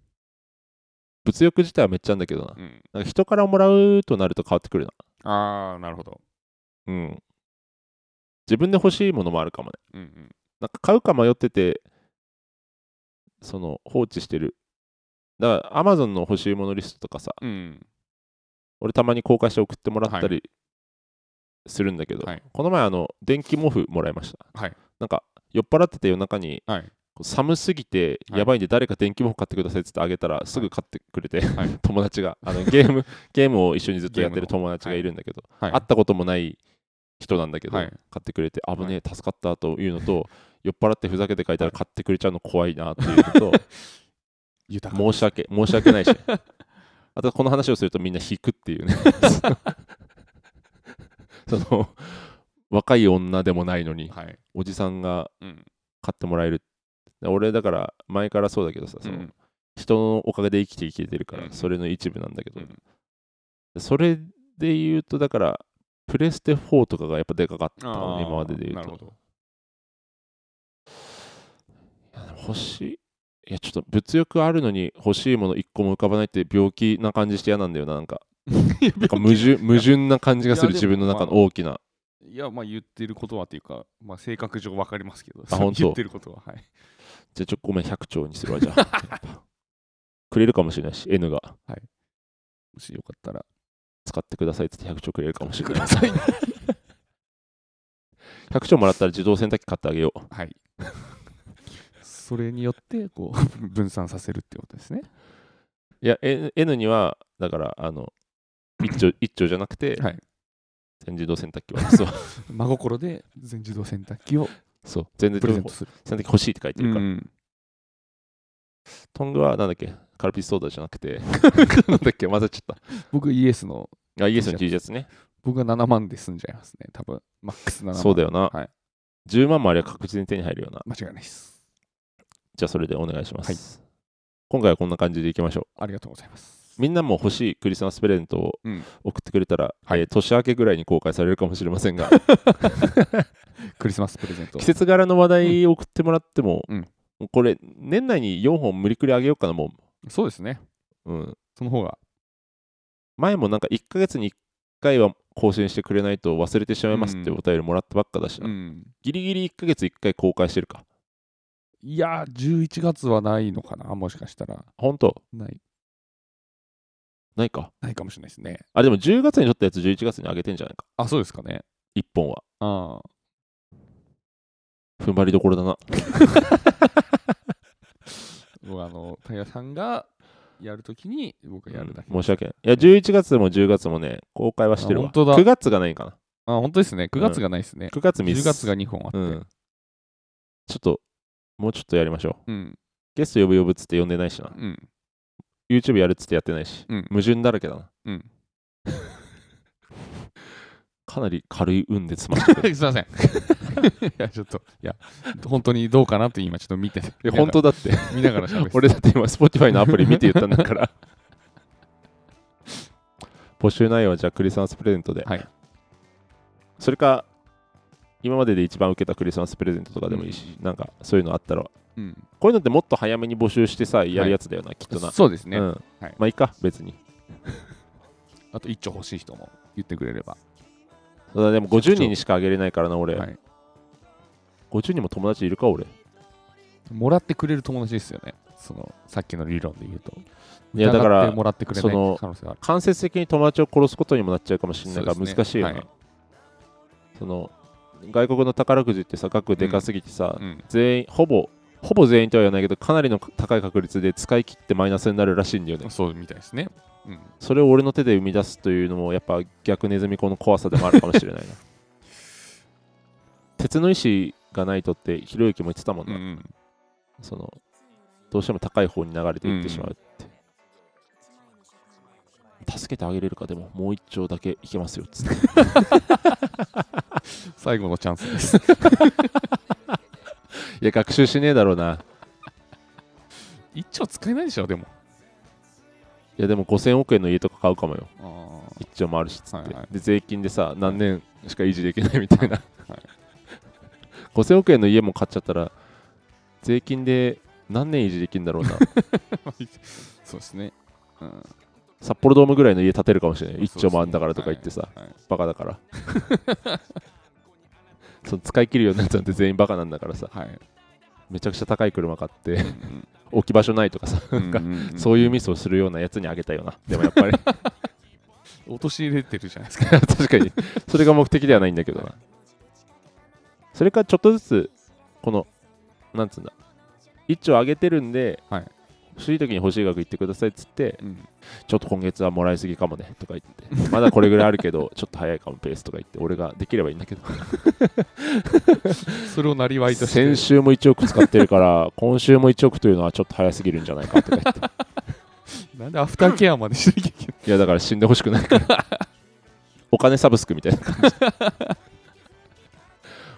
Speaker 2: 物欲自体はめっちゃあんだけどな。
Speaker 1: うん、
Speaker 2: なんか人からもらうとなると変わってくるな。
Speaker 1: ああ、なるほど。
Speaker 2: うん。自分で欲しいものもあるかもね。
Speaker 1: うんうん、
Speaker 2: なんか買うか迷ってて、その放置してる。だから、アマゾンの欲しいものリストとかさ、
Speaker 1: うん。
Speaker 2: 俺たまに公開して送ってもらったりするんだけど、
Speaker 1: はい
Speaker 2: この前、あの、電気毛布もらいました。
Speaker 1: はい
Speaker 2: なんか、酔っ払ってて夜中に、
Speaker 1: はい
Speaker 2: こう寒すぎて、
Speaker 1: はい
Speaker 2: やばいんで誰か電気毛布買ってくださいっつってあげたら、すぐ買ってくれて、
Speaker 1: はい
Speaker 2: 友達が、あのゲ ーム、ゲームを一緒にずっとやってる友達がいるんだけど、
Speaker 1: はい。
Speaker 2: 会ったこともない人なんだけど、
Speaker 1: はい
Speaker 2: 買ってくれて危ね
Speaker 1: は
Speaker 2: え助かったというのと、 酔っ払ってふざけて書いたら買ってくれちゃうの怖いなっていうのと
Speaker 1: 豊か
Speaker 2: 申し訳申し訳ないしあとこの話をするとみんな引くっ ていうねその若い女でもないのに
Speaker 1: はい。
Speaker 2: おじさんが
Speaker 1: うん。
Speaker 2: 買ってもらえる俺だから前からそうだけどさその、
Speaker 1: うん
Speaker 2: 人のおかげで生きていけてるから、
Speaker 1: うん
Speaker 2: それの一部なんだけど、
Speaker 1: うん
Speaker 2: それで言うとだからプレステ4とかがやっぱでかかった
Speaker 1: あ
Speaker 2: の
Speaker 1: ー
Speaker 2: 今までで言
Speaker 1: な
Speaker 2: う
Speaker 1: るほ
Speaker 2: と
Speaker 1: ど。
Speaker 2: いやでも欲しいいやちょっと物欲あるのに欲しいもの一個も浮かばないって病気な感じして嫌なんだよななんかなんか矛 盾矛盾な感じがする
Speaker 1: いや
Speaker 2: 自分の
Speaker 1: で
Speaker 2: 中の
Speaker 1: も
Speaker 2: 大きない
Speaker 1: や、まあ言ってることはっていうか、まあ性格上わかりますけど、
Speaker 2: あ本 当
Speaker 1: 言ってることは、はい。
Speaker 2: じゃあちょごめん100兆にするわじゃ あくれるかもしれないし N が
Speaker 1: もしよかったら、
Speaker 2: 使ってくださいって言って100兆くれるかもしれ
Speaker 1: く
Speaker 2: ない
Speaker 1: ださい。
Speaker 2: 100兆もらったら自動洗濯機買ってあげよう
Speaker 1: はい。 それによって、こう、 分散させるってことですね。
Speaker 2: いや、N, N には、だから、あの、一丁一丁じゃなくて、
Speaker 1: はい。
Speaker 2: 全自動洗濯機は そう。
Speaker 1: 真心で全自動洗濯機を
Speaker 2: そう。全
Speaker 1: プレゼ
Speaker 2: 然
Speaker 1: ントする。
Speaker 2: 洗濯機欲しいって書いてるから。
Speaker 1: ん。
Speaker 2: トングは、なんだっけ、カルピスソーダじゃなく て、なんだっけ、混ぜちゃっ
Speaker 1: 僕、イエスの、
Speaker 2: た。あ、イエスの T シャツね。
Speaker 1: 僕が7万で済んじゃいますね。多分マックス7万。
Speaker 2: そうだよな。
Speaker 1: はい
Speaker 2: 10万もあれば確実に手に入るよな。
Speaker 1: 間違いないです。
Speaker 2: じゃあ、それでお願いします。
Speaker 1: はい
Speaker 2: 今回はこんな感じでいきましょ
Speaker 1: ありがとうございます。
Speaker 2: う。みんなも欲しいクリスマスプレゼントを
Speaker 1: うん
Speaker 2: 送ってくれたら、えー年明けぐらいに公開されるかもしれません が、
Speaker 1: クリスマスプレゼン ト
Speaker 2: 季。節柄の話題を送ってもらっても、
Speaker 1: うん
Speaker 2: もうこれ、年内に4本無理くりあげようかな、も
Speaker 1: そうですね。
Speaker 2: う。うん、
Speaker 1: その方が。
Speaker 2: 前もなんか1ヶ月に1回は更新してくれないと忘れてしまいますっていうお便りもらったばっかだしな、
Speaker 1: ん。
Speaker 2: ギリギリ1ヶ月1回公開してるか
Speaker 1: いやー、11月はないのかな、もしかしたら。
Speaker 2: 本当
Speaker 1: ない、
Speaker 2: ないか
Speaker 1: ないかもしれないですね。
Speaker 2: あでも10月に撮ったやつ11月に上げてんじゃないか
Speaker 1: あ、そうですかね。
Speaker 2: 1本は
Speaker 1: ああ。
Speaker 2: 踏ん張りどころだな
Speaker 1: 僕あの、平さんがやるときに、僕がやるだけ。
Speaker 2: 申し訳ないいや11月も10月もね公開はしてるわ
Speaker 1: あ本当だ
Speaker 2: 9月がないかな
Speaker 1: あ、本当ですね。9月がないですね。
Speaker 2: 9月ミス
Speaker 1: 10月が2本あって。
Speaker 2: う
Speaker 1: うん
Speaker 2: ん。ちょっともうちょっとやりましょう
Speaker 1: うん。
Speaker 2: ゲスト呼ぶ呼ぶっつって呼んでないしな
Speaker 1: うん。
Speaker 2: YouTube やるっつってやってないし、
Speaker 1: うん
Speaker 2: 矛盾だらけだな
Speaker 1: うん。
Speaker 2: かなり軽い運で詰まってくる
Speaker 1: すいま せん。いや、ちょっと、いや、本当にどうか なって今、ちょっと見て。い
Speaker 2: いや本当 だって
Speaker 1: 見ながら喋ってた。
Speaker 2: 俺だって今 Spotify のアプリ見て言ったんだから 募集内容はじゃあクリスマスプレゼントで、
Speaker 1: はい
Speaker 2: それか今までで一番受けたクリスマスプレゼントとかでもいいし、なんかそういうのあったらこ
Speaker 1: うん。
Speaker 2: ういうのってもっと早めに募集してさやるやつだよな、きっとな、
Speaker 1: そうですね。
Speaker 2: うん
Speaker 1: はい
Speaker 2: まあいいか別に
Speaker 1: あと、一丁欲しい人も言ってくれれば。
Speaker 2: ただでも50人にしかあげれないからな俺、
Speaker 1: はい
Speaker 2: 50人も友達いるか俺
Speaker 1: もらってくれる友達ですよね。その、さっきの理論で言うと。
Speaker 2: いやだから
Speaker 1: 疑ってもらってくれない
Speaker 2: その
Speaker 1: 可能性がある。
Speaker 2: 間接的に友達を殺すことにもなっちゃうかもしれないから
Speaker 1: そうですね
Speaker 2: 難しいよなそ,、
Speaker 1: はい
Speaker 2: の外国の宝くじってさ額でかすぎてさ、
Speaker 1: うん。
Speaker 2: 全員ほぼほぼ全員とは言わないけどかなりの高い確率で使い切ってマイナスになるらしいんだよね
Speaker 1: そうみたいですね。うん。
Speaker 2: それを俺の手で生み出すというのもやっぱ逆ネズミ子の怖さでもあるかもしれないな鉄の意志がないとってひろゆきも言ってたもん
Speaker 1: う
Speaker 2: な、
Speaker 1: ん。
Speaker 2: そのどうしても高い方に流れていってしまうって、助けてあげれるかでももう一丁だけいけますよ つって
Speaker 1: 最後のチャンスです。
Speaker 2: いや学習しねえだろうな
Speaker 1: 一丁使えないでしょ、でも。
Speaker 2: いやでも5000億円の家とか買うかもよ
Speaker 1: あ
Speaker 2: 一丁もあるしっつって、
Speaker 1: はいはい
Speaker 2: で税金でさ何年しか維持できないみたいな、
Speaker 1: はい
Speaker 2: 5000億円の家も買っちゃったら税金で何年維持できるん だろうな
Speaker 1: そうですね。うん、
Speaker 2: 札幌ドームぐらいの家建てるかもしれない一丁もあんだからとか言ってさ、
Speaker 1: はい
Speaker 2: バカだから その使い切るようになったんて全員バカなんだからさ
Speaker 1: はい。
Speaker 2: めちゃくちゃ高い車買って
Speaker 1: うん
Speaker 2: 置き場所ないとかさなんか、
Speaker 1: うん
Speaker 2: そういうミスをするようなやつにあげたよ なでもやっぱり
Speaker 1: 落とし入れてるじゃないですか。
Speaker 2: 確かにそれが目的ではないんだけどなそれからちょっとずつこのなんつうんだ一丁上げてるんで、
Speaker 1: はい
Speaker 2: 欲しい時に欲しい額言ってくださいっつって
Speaker 1: うん
Speaker 2: ちょっと今月はもらいすぎかもねとか言ってまだこれぐらいあるけど ちょっと早いかもペースとか言って俺ができればいいんだけど
Speaker 1: それをなりわいとして。
Speaker 2: 先週も1億使ってるから 今週も1億というのはちょっと早すぎるんじゃないかとか言って
Speaker 1: なんでアフターケアまでしなきゃいけない
Speaker 2: いやだから死んでほしくないからお金サブスクみたいな感じ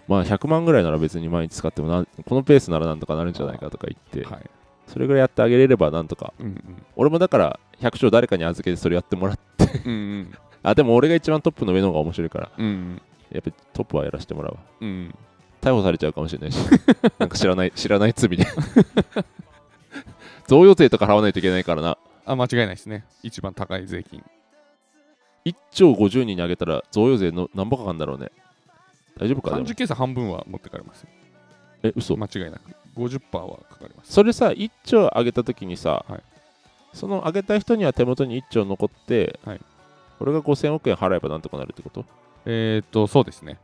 Speaker 2: まあ100万ぐらいなら別に毎日使ってもなんこのペースならなんとかなるんじゃないかとか言って、
Speaker 1: はい。
Speaker 2: それぐらいやってあげれればなんとか
Speaker 1: うんうん
Speaker 2: 俺もだから100兆誰かに預けてそれやってもらって
Speaker 1: うんうん
Speaker 2: あでも俺が一番トップの上の方が面白いから
Speaker 1: うん
Speaker 2: やっぱりトップはやらせてもらうわ
Speaker 1: うん
Speaker 2: 逮捕されちゃうかもしれないし なんか知らない知らない罪で 贈与税とか払わないといけないからな
Speaker 1: あ、間違いないですね。一番高い税金。
Speaker 2: 1兆50人にあげたら贈与税の何ぼかかんだろうね大丈夫かで
Speaker 1: 単
Speaker 2: も
Speaker 1: 純計算半分は持ってかれますよ。
Speaker 2: え嘘
Speaker 1: 間違いなく。50%はかかります。
Speaker 2: それさ1兆あげた時にさ、
Speaker 1: はい
Speaker 2: そのあげた人には手元に1兆残って、
Speaker 1: はい
Speaker 2: 俺が5000億円払えばなんとかなるってこと
Speaker 1: えーっと、そうですね。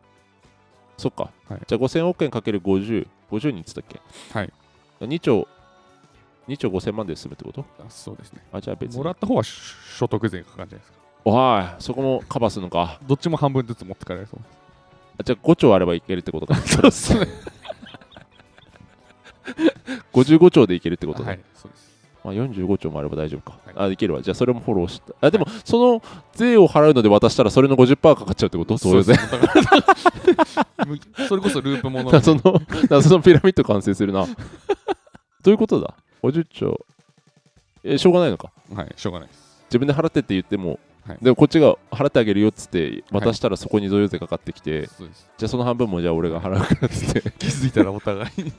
Speaker 2: そっか、
Speaker 1: はい
Speaker 2: じゃあ5000億円かける5050人っつったっけ
Speaker 1: はい
Speaker 2: 2兆2兆5000万で済むってこと
Speaker 1: あそうですね。
Speaker 2: あじゃあ別に
Speaker 1: もらった方は所得税がかかるんじゃないですか。
Speaker 2: わあそこもカバーするのか
Speaker 1: どっちも半分ずつ持ってかれるそうで
Speaker 2: あじゃあ5兆あればいけるって ことかそうっすね55兆でいけるってこと
Speaker 1: す。
Speaker 2: ね、
Speaker 1: はい、そうです。
Speaker 2: まあ、45兆もあれば大丈夫か。
Speaker 1: はい
Speaker 2: あ、できるわ。じゃあ、それもフォローして。あ、でも、その税を払うので渡したら、それの50%かかっちゃうってことそうですね。
Speaker 1: そうですだからむ それこそループものみたいな
Speaker 2: 謎の、 謎のピラミッド完成するな。どういうことだ ?50 兆。え、しょうがないのか。
Speaker 1: はい、しょうがないです。
Speaker 2: 自分で払ってって言っても、
Speaker 1: はい
Speaker 2: でもこっちが払ってあげるよっつって渡したらそこに贈与税かかってきて、
Speaker 1: そうです。
Speaker 2: じゃあその半分もじゃあ俺が払うから っつって
Speaker 1: 気づいたらお互いに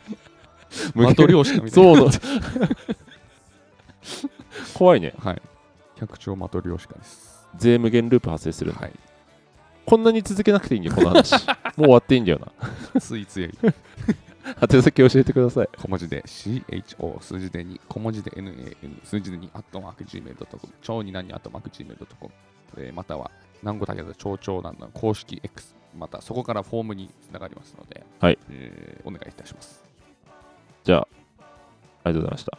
Speaker 2: 無
Speaker 1: マ
Speaker 2: 限
Speaker 1: トリョーシカみたいな。
Speaker 2: そ うだ怖いね
Speaker 1: はい。百兆マトリョーシカです。
Speaker 2: 税無限ループ発生するん だ
Speaker 1: はい。
Speaker 2: こんなに続けなくていいんだよこの話もう終わっていいんだよな
Speaker 1: ついつい
Speaker 2: 宛先教えてください。
Speaker 1: 小文字で CHO 数字で2小文字で NAN 数字で2アットマーク Gmail.com 超に何アットマーク Gmail.com、えーまたは南郷武田超長男の公式 X またそこからフォームにつながりますので、
Speaker 2: はい
Speaker 1: えーお願いいたします
Speaker 2: じゃあ、ありがとうございました。